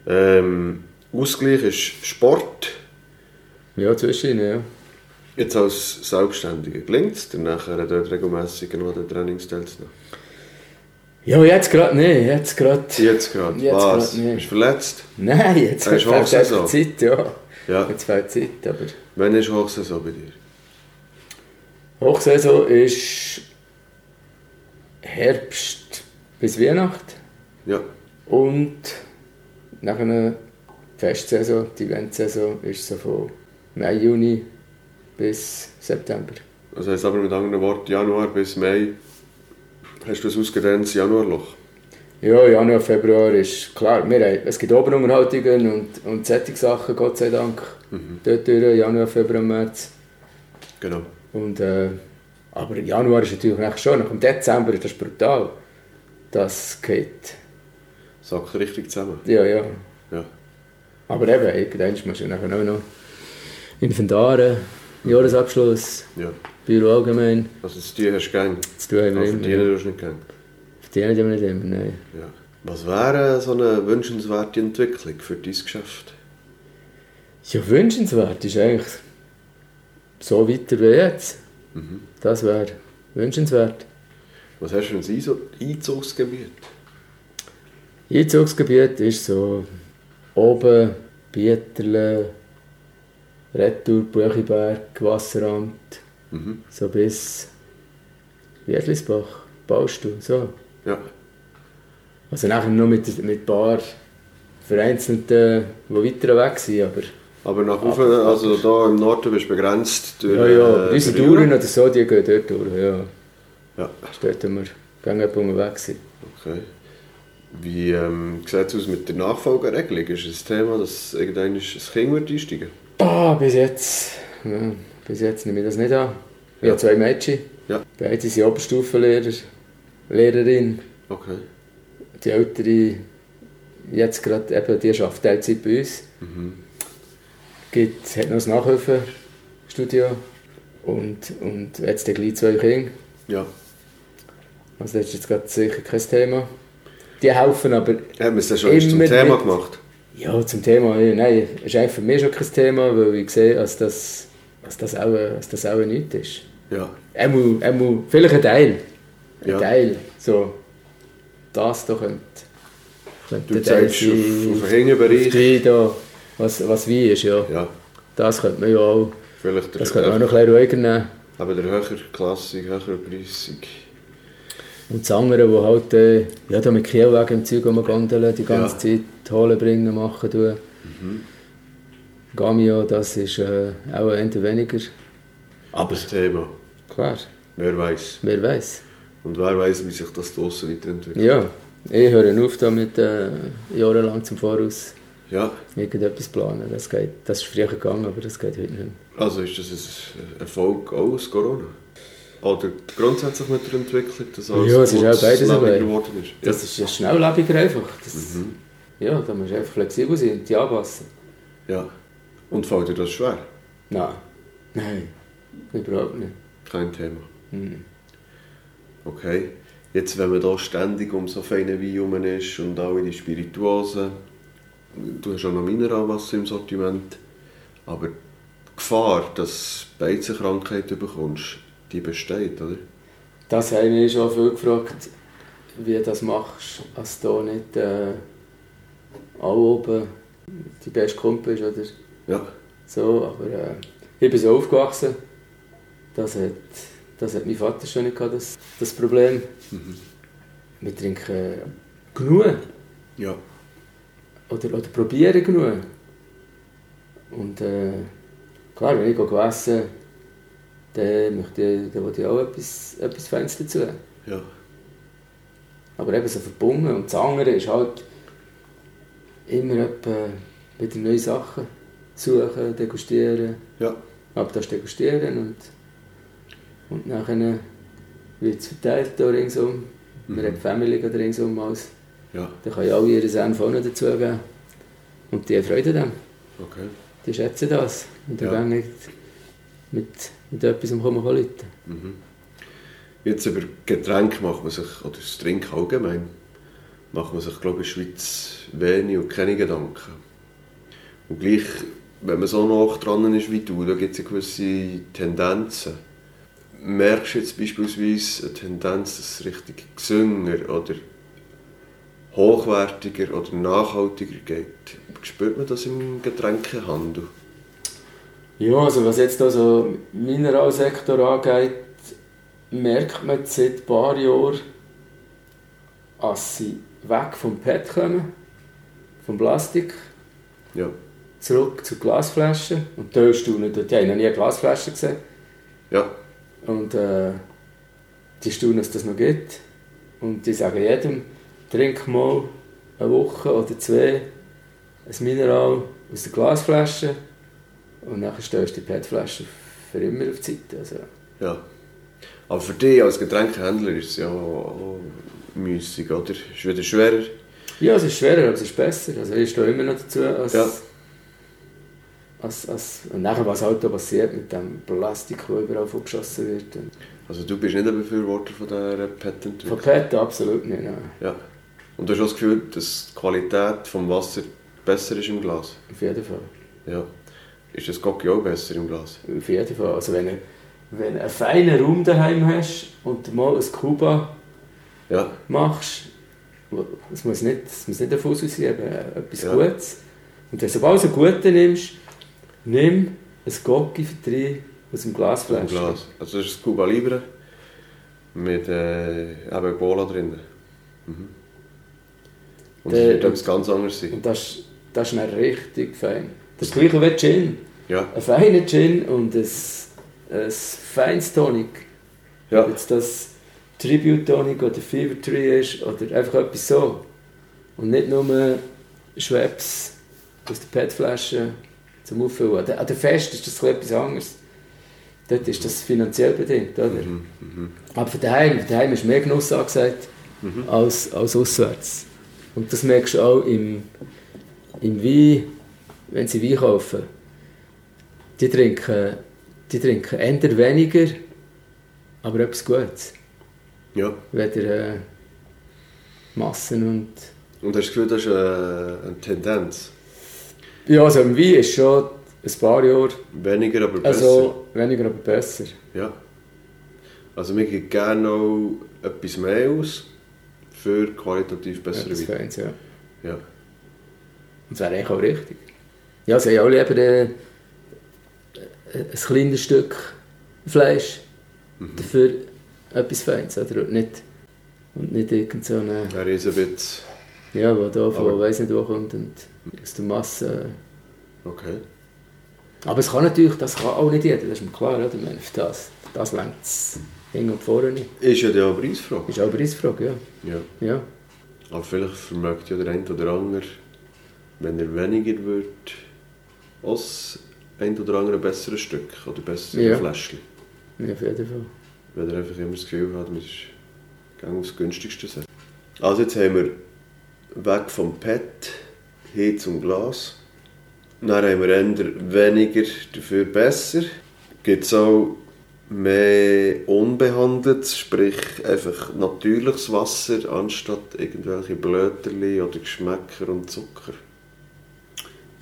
[SPEAKER 2] Ähm, Ausgleich ist Sport.
[SPEAKER 1] Ja, zwischen ihnen, ja.
[SPEAKER 2] Jetzt als Selbstständiger gelingt es, dann nachher dort regelmässig noch den Trainings teilzunehmen.
[SPEAKER 1] Ja, jetzt gerade nicht, jetzt gerade.
[SPEAKER 2] Jetzt gerade,
[SPEAKER 1] Jetzt
[SPEAKER 2] was?
[SPEAKER 1] gerade nicht.
[SPEAKER 2] Bist du verletzt?
[SPEAKER 1] Nein, jetzt
[SPEAKER 2] Hast du
[SPEAKER 1] fehlt
[SPEAKER 2] Hochsaison?
[SPEAKER 1] einfach Zeit, ja.
[SPEAKER 2] Ja.
[SPEAKER 1] Jetzt fehlt Zeit, aber...
[SPEAKER 2] Wann ist Hochsaison bei dir?
[SPEAKER 1] Hochsaison ist Herbst bis Weihnacht
[SPEAKER 2] Ja,
[SPEAKER 1] und nach einer Festsaison, die Eventsaison, ist so von Mai, Juni bis September.
[SPEAKER 2] das heisst aber mit anderen Worten, Januar bis Mai hast du ein ausgedehntes Januarloch.
[SPEAKER 1] Ja, Januar, Februar ist klar. Wir haben, es gibt Oberunterhaltungen und, und solche Sachen, Gott sei Dank. Dort durch, Januar, Februar, März.
[SPEAKER 2] Genau.
[SPEAKER 1] Und, äh, aber Januar ist natürlich eigentlich schon, nach dem Dezember ist das brutal. Das geht.
[SPEAKER 2] Sackt richtig zusammen.
[SPEAKER 1] Ja, ja.
[SPEAKER 2] Ja.
[SPEAKER 1] Aber eben, irgendwann musst du nachher auch noch Inventare, Jahresabschluss,
[SPEAKER 2] ja.
[SPEAKER 1] Büro allgemein.
[SPEAKER 2] Also das Tier hast du gern.
[SPEAKER 1] Das tun wir
[SPEAKER 2] Aber
[SPEAKER 1] immer.
[SPEAKER 2] verdienen tust du Also nicht gern.
[SPEAKER 1] Verdienen tun wir nicht immer, nein.
[SPEAKER 2] Ja. Was wäre so eine wünschenswerte Entwicklung für dein Geschäft?
[SPEAKER 1] Ja, wünschenswert ist eigentlich so weiter wie jetzt. Das wäre wünschenswert.
[SPEAKER 2] Was hast du für ein Einso- Einzugsgebiet?
[SPEAKER 1] Einzugsgebiet ist so oben, Bieterle, Retour, Buchiberg, Wasseramt, so bis Wiedlisbach, Baustuhl, so.
[SPEAKER 2] Ja.
[SPEAKER 1] Also nachher noch mit, mit ein paar Vereinzelten, die weiter weg sind, aber
[SPEAKER 2] Aber nach oben, also da im Norden bist du begrenzt durch...
[SPEAKER 1] ja, ja,
[SPEAKER 2] äh,
[SPEAKER 1] unsere
[SPEAKER 2] durch
[SPEAKER 1] Touren oder so, die gehen dort durch, ja.
[SPEAKER 2] Ja,
[SPEAKER 1] Ist dort, wo wir gegangen weg sind.
[SPEAKER 2] okay. Wie ähm, sieht es aus mit der Nachfolgeregelung? Ist es ein Thema, dass irgendein ein Kind wird einsteigen
[SPEAKER 1] Ah, bis jetzt, ja, bis jetzt nehme ich das nicht an. Ich habe zwei Mädchen,
[SPEAKER 2] Ja.
[SPEAKER 1] beide sind Oberstufenlehrer, Lehrerin.
[SPEAKER 2] Okay.
[SPEAKER 1] Die ältere, jetzt gerade eben, die arbeitet Teilzeit bei uns. Gibt, hat noch ein Nachhilfestudio und, und jetzt dann gleich zwei Kinder.
[SPEAKER 2] Ja.
[SPEAKER 1] Also das ist jetzt gerade sicher kein Thema. Die helfen aber,
[SPEAKER 2] Haben wir es dann schon erst zum
[SPEAKER 1] Immer
[SPEAKER 2] Thema
[SPEAKER 1] mit-
[SPEAKER 2] gemacht?
[SPEAKER 1] ja, zum Thema, ja, nein, ist eigentlich für mich schon kein Thema, weil ich sehe, dass das, dass das, auch, dass das auch nichts ist.
[SPEAKER 2] Ja.
[SPEAKER 1] Einmal, einmal, vielleicht ein Teil. Ein
[SPEAKER 2] Ja.
[SPEAKER 1] Teil. So, das da könnte. könnte
[SPEAKER 2] Du
[SPEAKER 1] ein Teil
[SPEAKER 2] zeigst auf,
[SPEAKER 1] sein.
[SPEAKER 2] auf den Hinterbereich.
[SPEAKER 1] Die da, was, was wie ist, ja.
[SPEAKER 2] Ja.
[SPEAKER 1] Das könnte man ja auch.
[SPEAKER 2] Vielleicht der,
[SPEAKER 1] Das könnte man auch noch ein bisschen ruhiger nehmen.
[SPEAKER 2] eben der höherklassig, höherpreisig.
[SPEAKER 1] Und das andere, wo halt äh, ja, da mit Kielwagen im Zeug rumgondeln, die ganze Zeit holen, bringen, machen, tun.
[SPEAKER 2] Mhm.
[SPEAKER 1] Gamio, das ist äh, auch eher weniger.
[SPEAKER 2] Aber das Thema.
[SPEAKER 1] Klar,
[SPEAKER 2] Wer weiß.
[SPEAKER 1] wer weiß.
[SPEAKER 2] Und wer weiß, wie sich das draussen weiterentwickelt.
[SPEAKER 1] Ja, ich höre auf damit äh, jahrelang zum Voraus
[SPEAKER 2] Ja.
[SPEAKER 1] irgendetwas planen. Das, geht, das ist früher gegangen, aber das geht heute nicht mehr.
[SPEAKER 2] Also ist das ein Erfolg auch aus Corona? Oder grundsätzlich mit der Entwicklung, dass alles
[SPEAKER 1] Ja, es ist auch
[SPEAKER 2] kurzlebiger
[SPEAKER 1] beides dabei.
[SPEAKER 2] geworden ist?
[SPEAKER 1] Das ist ja schnelllebiger einfach. Das, Ja, da musst du einfach flexibel sein und dich anpassen.
[SPEAKER 2] Ja. Und fällt dir das schwer?
[SPEAKER 1] Nein. Nein. Überhaupt nicht.
[SPEAKER 2] Kein Thema.
[SPEAKER 1] Mhm.
[SPEAKER 2] Okay. Jetzt, wenn man da ständig um so feine Wein herum ist und alle die Spirituosen, du hast auch noch Mineralwasser im Sortiment, aber die Gefahr, dass du Beizenkrankheit bekommst, die besteht, oder?
[SPEAKER 1] Das habe ich mich schon viel gefragt, wie du das machst, als du da nicht äh, auch oben die beste Kumpel bist oder
[SPEAKER 2] Ja.
[SPEAKER 1] so. Aber äh, ich bin so aufgewachsen, das hat, das hat mein Vater schon nicht gehabt, das, das Problem. Wir trinken genug.
[SPEAKER 2] Ja.
[SPEAKER 1] oder, oder probieren genug. Und äh, klar, wenn ich gehe essen, dann möchte ich, dann will ich auch etwas, etwas Feines dazu.
[SPEAKER 2] Ja.
[SPEAKER 1] Aber eben so verbunden. Und das andere ist halt immer etwa wieder neue Sachen suchen, degustieren.
[SPEAKER 2] Ja.
[SPEAKER 1] Aber das degustieren und, und nachher wird es verteilt hier ringsum. Wir haben die Family gerade ringsum alles.
[SPEAKER 2] Ja.
[SPEAKER 1] Da kann ja auch ihre Senf auch noch dazugeben. Und die haben Freude daran.
[SPEAKER 2] Okay.
[SPEAKER 1] Die schätzen das. Und da
[SPEAKER 2] Ja.
[SPEAKER 1] gehen nicht mit, mit etwas am Kommen kann Leute.
[SPEAKER 2] Jetzt über Getränke macht man sich, oder das Trinken allgemein, macht man sich, glaube ich, in der Schweiz wenig und keine Gedanken. Und gleich, wenn man so nah dran ist wie du, da gibt es ja gewisse Tendenzen. Merkst du jetzt beispielsweise eine Tendenz, dass richtig gesünder oder hochwertiger oder nachhaltiger geht? Spürt man das im Getränkehandel?
[SPEAKER 1] Ja, also was jetzt also Mineralsektor angeht, merkt man seit ein paar Jahren, dass sie weg vom PET kommen, vom Plastik,
[SPEAKER 2] Ja,
[SPEAKER 1] zurück zu Glasflaschen. Und da hörst du nicht, die haben noch nie eine Glasflasche gesehen.
[SPEAKER 2] ja,
[SPEAKER 1] Und äh, die staunen, dass das noch gibt. Und die sagen jedem, trink mal eine Woche oder zwei ein Mineral aus der Glasflasche und dann stellst du die PET-Flasche für immer auf die Seite. Also,
[SPEAKER 2] Ja. Aber für dich als Getränkehändler ist es ja auch müßig, oder? Ist wieder schwerer.
[SPEAKER 1] ja, es ist schwerer, aber es ist besser. Also ich stehe immer noch dazu. Als,
[SPEAKER 2] Ja.
[SPEAKER 1] als, als, und nachher, was halt da passiert mit dem Plastik, das überall vorgeschossen wird. Und
[SPEAKER 2] Also du bist nicht ein Befürworter von dieser Patent.
[SPEAKER 1] von PET absolut nicht. Nein.
[SPEAKER 2] Ja. Und du hast auch das Gefühl, dass die Qualität vom Wasser besser ist im Glas.
[SPEAKER 1] Auf jeden Fall.
[SPEAKER 2] Ja. Ist das Gocki auch besser im Glas?
[SPEAKER 1] Auf jeden Fall. Also wenn, du- wenn du einen feinen Raum daheim hast und mal ein Kuba
[SPEAKER 2] Ja.
[SPEAKER 1] machst, wo- es muss nicht, es muss nicht ein Fuss sein, eben äh, etwas
[SPEAKER 2] Ja.
[SPEAKER 1] Gutes. Und wenn du sobald du einen guten nimmst, nimm ein Gocki für drei aus dem
[SPEAKER 2] Im
[SPEAKER 1] Glasfläschchen.
[SPEAKER 2] Glas. Also das ist das Cuba Libre mit äh, eben Cola drin. Mhm. Und es
[SPEAKER 1] Der-
[SPEAKER 2] wird etwas ganz anderes sein.
[SPEAKER 1] Und das, ist- das ist dann richtig fein. Das gleiche wie Gin.
[SPEAKER 2] Ja.
[SPEAKER 1] Ein feiner Gin und ein, ein feines Tonic. Ob
[SPEAKER 2] Ja.
[SPEAKER 1] jetzt das Tribute Tonic oder Fever Tree ist oder einfach etwas so. Und nicht nur Schweppes aus der PET-Flasche zum Auffüllen. An der- An der Fest ist das ein bisschen etwas anderes. Dort ist das finanziell bedingt, oder?
[SPEAKER 2] Mhm. Mhm. Mhm.
[SPEAKER 1] Aber für daheim, für daheim ist mehr Genuss angesagt. als, als auswärts. Und das merkst du auch im, im Wein, wenn sie Wein kaufen. Die trinken, die trinken eher weniger, aber etwas Gutes.
[SPEAKER 2] Ja.
[SPEAKER 1] Weder äh, Massen und...
[SPEAKER 2] Und hast du das Gefühl, das ist äh, eine Tendenz?
[SPEAKER 1] Ja, also im Wein ist schon ein paar Jahre,
[SPEAKER 2] Weniger, aber besser.
[SPEAKER 1] also weniger, aber besser.
[SPEAKER 2] Ja. Also wir geben gerne auch etwas mehr aus für qualitativ bessere
[SPEAKER 1] Etwas
[SPEAKER 2] Weine.
[SPEAKER 1] Feines, ja.
[SPEAKER 2] Ja.
[SPEAKER 1] Und das wäre eigentlich auch richtig. Ja, sie haben auch lieber äh, ein kleines Stück Fleisch
[SPEAKER 2] Mhm.
[SPEAKER 1] dafür etwas Feines, oder? Und nicht, und nicht irgend so eine,
[SPEAKER 2] Ein Riesenwitz.
[SPEAKER 1] ja, wo da von
[SPEAKER 2] Aber-
[SPEAKER 1] weiss nicht wo kommt und aus der Masse.
[SPEAKER 2] Okay.
[SPEAKER 1] Aber es kann natürlich, das kann auch nicht jeder, das ist mir klar, oder? Ich meine, für das, das längt es hin und vorne nicht.
[SPEAKER 2] Ist ja dann auch eine Preisfrage.
[SPEAKER 1] Ist auch eine Preisfrage, ja.
[SPEAKER 2] Ja.
[SPEAKER 1] ja.
[SPEAKER 2] Aber vielleicht vermögt ja der eine oder andere, wenn er weniger wird, aus ein oder andere ein besseres Stück oder bessere
[SPEAKER 1] Ja.
[SPEAKER 2] Fläschchen.
[SPEAKER 1] Ja, auf jeden Fall.
[SPEAKER 2] Wenn er einfach immer das Gefühl hat, man ist gang aufs günstigste sein. Also jetzt haben wir weg vom Pet, hin zum Glas. Dann haben wir eher weniger, dafür besser. Gibt es auch mehr unbehandeltes, sprich einfach natürliches Wasser anstatt irgendwelche Blöterli oder Geschmäcker und Zucker.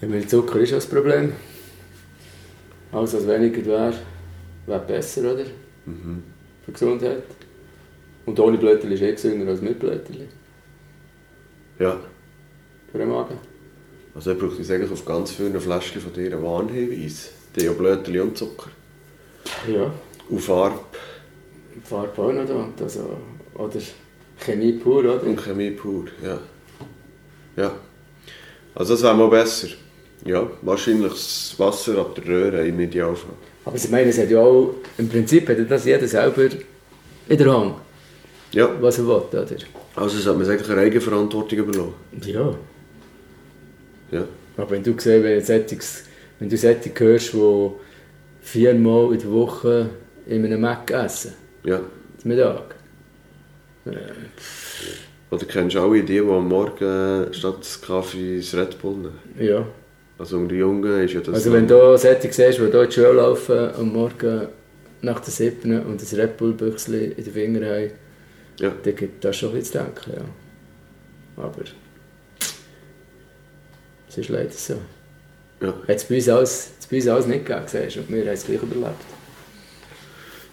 [SPEAKER 1] Ja, weil Zucker ist ja das Problem. Alles, was weniger wäre, wäre besser, oder? Für die Gesundheit. Und ohne Blätterli ist eh gesünder als mit Blätterli.
[SPEAKER 2] Ja,
[SPEAKER 1] Für den Magen.
[SPEAKER 2] also er braucht uns eigentlich auf ganz vielen Fläschchen von dir einen Warnhinweis. Die haben ja Blöterli und Zucker.
[SPEAKER 1] Ja.
[SPEAKER 2] Und Farbe
[SPEAKER 1] Die Farbe auch noch da. Und also, oder Chemie pur, oder?
[SPEAKER 2] Und Chemie pur, ja. Ja. Also das wäre mal besser. Ja, wahrscheinlich das Wasser ab der Röhre im Idealfall.
[SPEAKER 1] Aber ich meine, es hat ja auch, im Prinzip hat ja das jeder selber in der Hand,
[SPEAKER 2] Ja,
[SPEAKER 1] was er will, oder?
[SPEAKER 2] also sollte man es eigentlich einer Eigenverantwortung überlassen.
[SPEAKER 1] Ja.
[SPEAKER 2] Ja.
[SPEAKER 1] Aber wenn du siehst, wenn, solches, wenn du solche hörst, die viermal in der Woche in einem Mac essen,
[SPEAKER 2] ja.
[SPEAKER 1] zum Mittag.
[SPEAKER 2] Oder kennst du alle die, die am Morgen äh, statt des Kaffees Red Bull nehmen?
[SPEAKER 1] Ja.
[SPEAKER 2] Also um die Jungen ist ja das...
[SPEAKER 1] Also wenn du solche siehst, die hier in die Schule laufen, am Morgen nach der 7. und das Red Bull Büchsli in den Fingern haben,
[SPEAKER 2] Ja.
[SPEAKER 1] dann gibt das schon ein bisschen zu denken, ja. Aber... Es ist leider so.
[SPEAKER 2] Ja.
[SPEAKER 1] Hat es bei uns alles, hat's bei uns alles nicht gegeben, siehst du, und wir haben es gleich überlebt.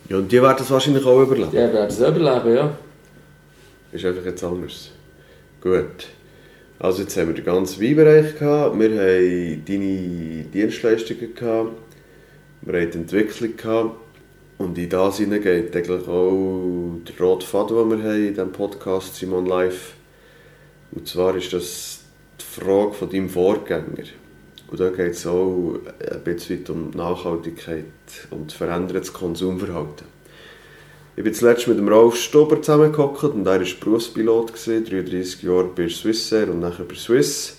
[SPEAKER 2] ja, und die werden es wahrscheinlich auch überleben.
[SPEAKER 1] Ja, wir werden es überleben, ja.
[SPEAKER 2] Ist einfach jetzt anders. Gut. Also jetzt haben wir den ganzen Weinbereich gehabt, wir haben deine Dienstleistungen gehabt, wir haben die Entwicklung gehabt und in das hinein geht eigentlich auch der rote Faden, den wir haben in diesem Podcast Simon Live. Und zwar ist das die Frage von deinem Vorgänger. Und da geht es auch ein bisschen weit um die Nachhaltigkeit und verändertes Konsumverhalten. Ich bin zuletzt mit dem Rolf Stober zusammengehockt und er war Berufspilot, gewesen, 33 Jahre bei Swissair und nachher bei Swiss.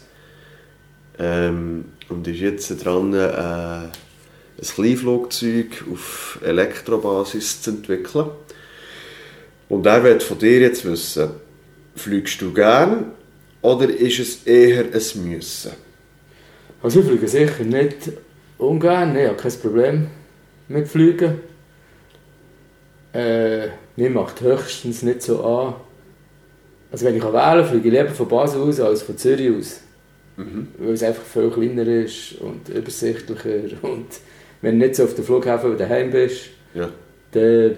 [SPEAKER 2] Ähm, und ist jetzt dran, äh, ein Kleinflugzeug auf Elektrobasis zu entwickeln. Und er will von dir jetzt wissen, fliegst du gern oder ist es eher ein Müssen?
[SPEAKER 1] Also ich fliege sicher nicht ungern, ich habe kein Problem mit Fliegen. Äh, mir macht höchstens nicht so an. Also wenn ich wählen kann, fliege ich lieber von Basel aus als von Zürich aus. Weil es einfach viel kleiner ist und übersichtlicher und wenn du nicht so auf dem Flughafen daheim bist,
[SPEAKER 2] Ja,
[SPEAKER 1] dann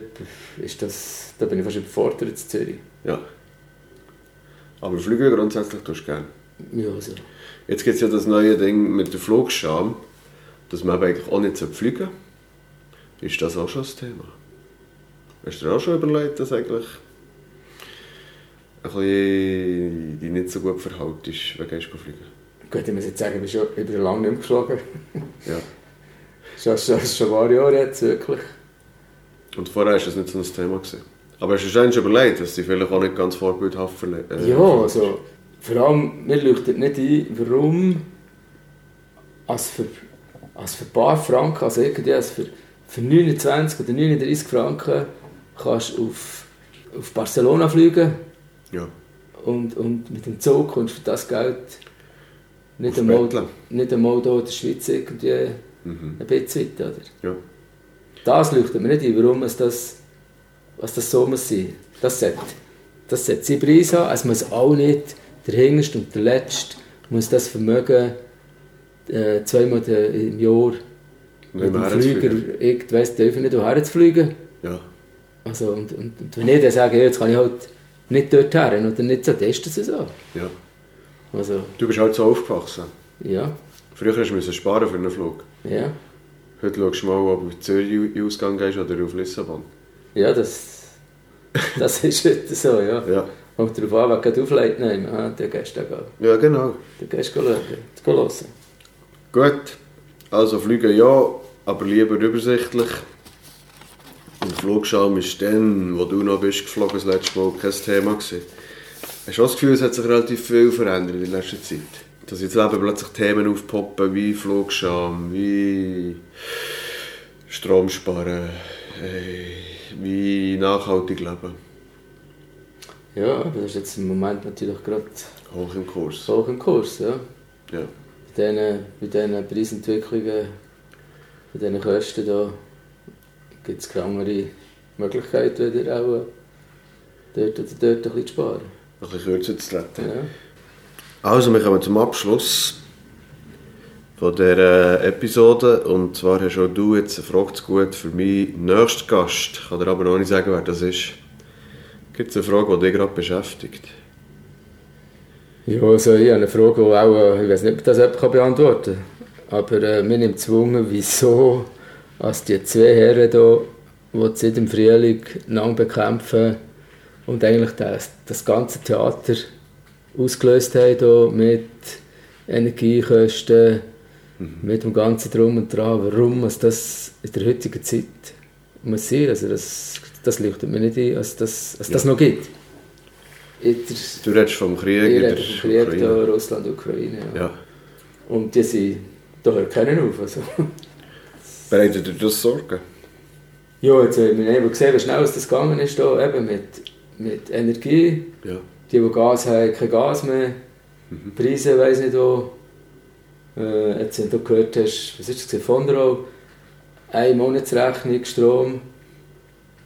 [SPEAKER 1] ist das, da bin ich fast überfordert in Zürich.
[SPEAKER 2] ja. Aber fliegen grundsätzlich tust du gern.
[SPEAKER 1] Ja, also.
[SPEAKER 2] Jetzt gibt es ja das neue Ding mit der Flugscham, dass man eben eigentlich auch nicht so fliegen sollte. Ist das auch schon das Thema? Hast du dir auch schon überlegt, dass eigentlich ein bisschen dich nicht so gut verhaltest, wenn du gehst fliegen?
[SPEAKER 1] Gut, ich muss jetzt sagen, ich bin schon, ich bin schon lange nicht mehr geflogen. [laughs]
[SPEAKER 2] Ja.
[SPEAKER 1] Schon, schon, schon ein paar Jahre jetzt, wirklich.
[SPEAKER 2] Und vorher war das nicht so ein Thema. Gewesen. Aber hast du dir eigentlich überlegt, dass du dich vielleicht auch nicht ganz vorbildhaft äh, verletzt
[SPEAKER 1] Ja, also vor allem, mir leuchtet nicht ein, warum als für, als für ein paar Franken, also irgendwie als für, für 29 oder 39 Franken kannst du auf, auf Barcelona fliegen
[SPEAKER 2] Ja.
[SPEAKER 1] Und, und mit dem Zug kommst du für das Geld nicht
[SPEAKER 2] Auf
[SPEAKER 1] einmal,
[SPEAKER 2] Betteln.
[SPEAKER 1] nicht einmal hier in der Schweiz irgendwie ein
[SPEAKER 2] Mhm.
[SPEAKER 1] bisschen weit, oder?
[SPEAKER 2] Ja.
[SPEAKER 1] Das leuchtet mir nicht ein, warum es das, was das so muss sein. Das sollte, das sollte seinen Preis haben. Es muss auch nicht der Hinterste und der Letzte muss das Vermögen äh, zweimal de- im Jahr mit dem Flieger, ich weiss, darf ich nicht woher zu fliegen.
[SPEAKER 2] Ja.
[SPEAKER 1] Also, und, und, und wenn ich dann sage, ja, jetzt kann ich halt nicht dort her oder nicht so, dann ist das so.
[SPEAKER 2] ja.
[SPEAKER 1] Also,
[SPEAKER 2] Du bist halt so aufgewachsen.
[SPEAKER 1] ja,
[SPEAKER 2] Früher hast du müssen sparen für einen Flug.
[SPEAKER 1] ja,
[SPEAKER 2] Heute schaust du mal, ob du in Zürich in den Ausgang gehst oder auf Lissabon.
[SPEAKER 1] ja, das, das [laughs] ist heute so, ja.
[SPEAKER 2] Ja.
[SPEAKER 1] Kommt darauf an, wenn du die Aufleitung nehmen, ah, dann gehst du da
[SPEAKER 2] Ja, genau.
[SPEAKER 1] Dann gehst du schauen, geh hören.
[SPEAKER 2] Gut. Also fliegen ja, aber lieber übersichtlich. Und Flugscham ist dann, wo du noch bist geflogen, das letzte Mal kein Thema gewesen. Hast du auch das Gefühl, es hat sich relativ viel verändert in letzter Zeit? Dass jetzt eben plötzlich Themen aufpoppen wie Flugscham, wie Strom sparen, äh, wie nachhaltig leben.
[SPEAKER 1] Ja, aber das ist jetzt im Moment natürlich gerade
[SPEAKER 2] Hoch im Kurs.
[SPEAKER 1] hoch im Kurs, ja.
[SPEAKER 2] Ja.
[SPEAKER 1] Bei diesen, bei diesen Preisentwicklungen, bei diesen Kosten da, gibt es kaumere Möglichkeiten wieder auch äh, dort oder dort ein bisschen zu sparen.
[SPEAKER 2] Ein bisschen kürzer zu treten.
[SPEAKER 1] Ja.
[SPEAKER 2] Also, wir kommen zum Abschluss von dieser Episode. Und zwar hast auch du jetzt eine Frage zu gut für meinen nächsten Gast. Ich kann dir aber noch nicht sagen, wer das ist. Gibt es eine Frage, die dich gerade beschäftigt?
[SPEAKER 1] Ja, also ich habe eine Frage, die auch, äh, ich weiß nicht, ob das jemand beantworten kann. Aber äh, mir nimmt gezwungen, wieso als die zwei Herren hier, die seit dem Frühling lang bekämpfen und eigentlich das, das ganze Theater ausgelöst haben hier mit Energiekosten, mit dem ganzen Drum und Dran, warum muss das in der heutigen Zeit muss sein? Also das, das leuchtet mir nicht ein, als das, als das noch gibt. In der,
[SPEAKER 2] Du redest vom Krieg
[SPEAKER 1] ich
[SPEAKER 2] in der
[SPEAKER 1] rede vom Krieg da,
[SPEAKER 2] Ukraine.
[SPEAKER 1] Russland, Ukraine. Ja.
[SPEAKER 2] Ja.
[SPEAKER 1] Und die sind, da hört keiner auf. Also.
[SPEAKER 2] Bereitet dir das Sorgen?
[SPEAKER 1] Ja, jetzt haben wir eben gesehen, wie schnell es das gegangen ist, da, eben mit, mit Energie.
[SPEAKER 2] Ja.
[SPEAKER 1] Die, die Gas haben, kein Gas mehr.
[SPEAKER 2] Mhm.
[SPEAKER 1] Preise, weiss nicht wo. Äh, jetzt, wenn du gehört hast, was ist das, von der eine Monatsrechnung Strom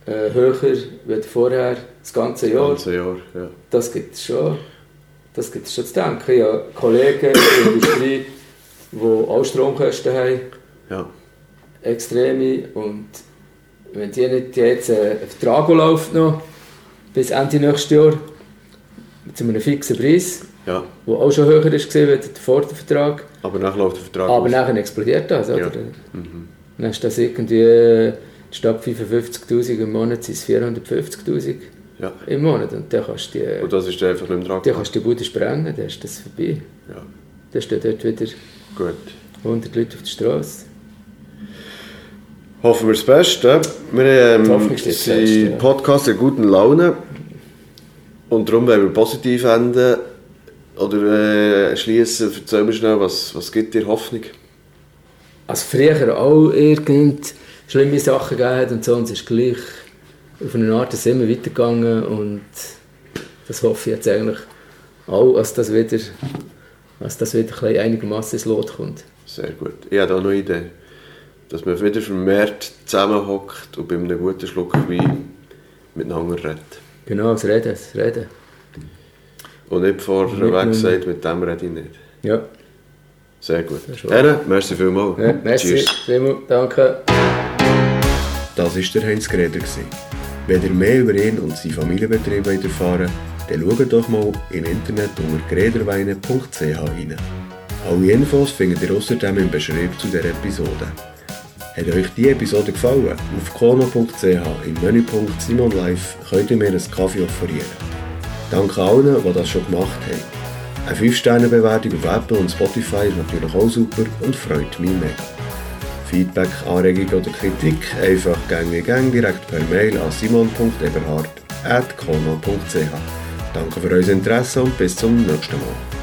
[SPEAKER 1] äh, höher als vorher, das ganze
[SPEAKER 2] Das
[SPEAKER 1] Jahr.
[SPEAKER 2] ganze Jahr. Ja.
[SPEAKER 1] Das gibt es schon. Das gibt es schon zu denken. Ich habe Kollegen in der Industrie, die auch Stromkosten haben,
[SPEAKER 2] ja.
[SPEAKER 1] extreme. Und wenn die nicht jetzt äh, einen Vertrag läuft noch, bis Ende nächstes Jahr, zu einem fixen Preis,
[SPEAKER 2] ja.
[SPEAKER 1] der auch schon höher ist gewesen, als der Vordervertrag,
[SPEAKER 2] Aber nachher läuft der Vertrag
[SPEAKER 1] aber
[SPEAKER 2] aus.
[SPEAKER 1] nachher explodiert das. Oder?
[SPEAKER 2] Ja.
[SPEAKER 1] Dann ist das irgendwie, äh, statt 55'000 im Monat sind es 450'000
[SPEAKER 2] Ja.
[SPEAKER 1] im Monat. Und dann kannst du die... äh,
[SPEAKER 2] Und das ist dann einfach nicht mehr
[SPEAKER 1] Dann
[SPEAKER 2] dran.
[SPEAKER 1] kannst du die Bude sprengen, dann ist das vorbei.
[SPEAKER 2] Ja.
[SPEAKER 1] Dann stehen dort wieder
[SPEAKER 2] Gut.
[SPEAKER 1] 100 Leute auf der Straße.
[SPEAKER 2] Hoffen wir das Beste. Wir ähm,
[SPEAKER 1] Die Hoffnung steht
[SPEAKER 2] sind
[SPEAKER 1] fest, ja.
[SPEAKER 2] im Podcast in guten Laune. Und darum wollen wir positiv enden. Oder äh, schließen. Erzähl mir schnell, was, was gibt dir Hoffnung?
[SPEAKER 1] Als Also früher auch irgend schlimme Sachen gegeben hat und so, und es ist gleich auf eine Art dass es immer weitergegangen und das hoffe ich jetzt eigentlich auch, dass das wieder, dass das wieder ein bisschen einigermaßen ins Lot kommt.
[SPEAKER 2] Sehr gut. Ich habe da noch eine Idee. Dass man wieder vermehrt zusammenhockt und bei einem guten Schluck Wein miteinander redet.
[SPEAKER 1] Genau, das Reden, das Reden.
[SPEAKER 2] Und nicht vorweg sagt, mit dem rede ich nicht.
[SPEAKER 1] Ja,
[SPEAKER 2] Sehr gut.
[SPEAKER 1] ist wahr.
[SPEAKER 2] Dann, merci vielmals.
[SPEAKER 1] ja merci,
[SPEAKER 2] Cheers.
[SPEAKER 1] Simon, danke.
[SPEAKER 4] Das war der Heinz Greder. gewesen. Wenn ihr mehr über ihn und seinen Familienbetrieb wollt erfahren wollt, dann schaut doch mal im Internet unter grederweine.ch rein. Alle Infos findet ihr außerdem im Beschrieb zu der Episode. Hat euch die Episode gefallen? Auf kono.ch im Menüpunkt Simon Live könnt ihr mir einen Kaffee offerieren. Danke allen, die das schon gemacht haben. Eine 5-Sterne-Bewertung auf Apple und Spotify ist natürlich auch super und freut mich mega. Feedback, Anregung oder Kritik einfach gänge gäng direkt per Mail an simon.eberhard.kono.ch. Danke für euer Interesse und bis zum nächsten Mal.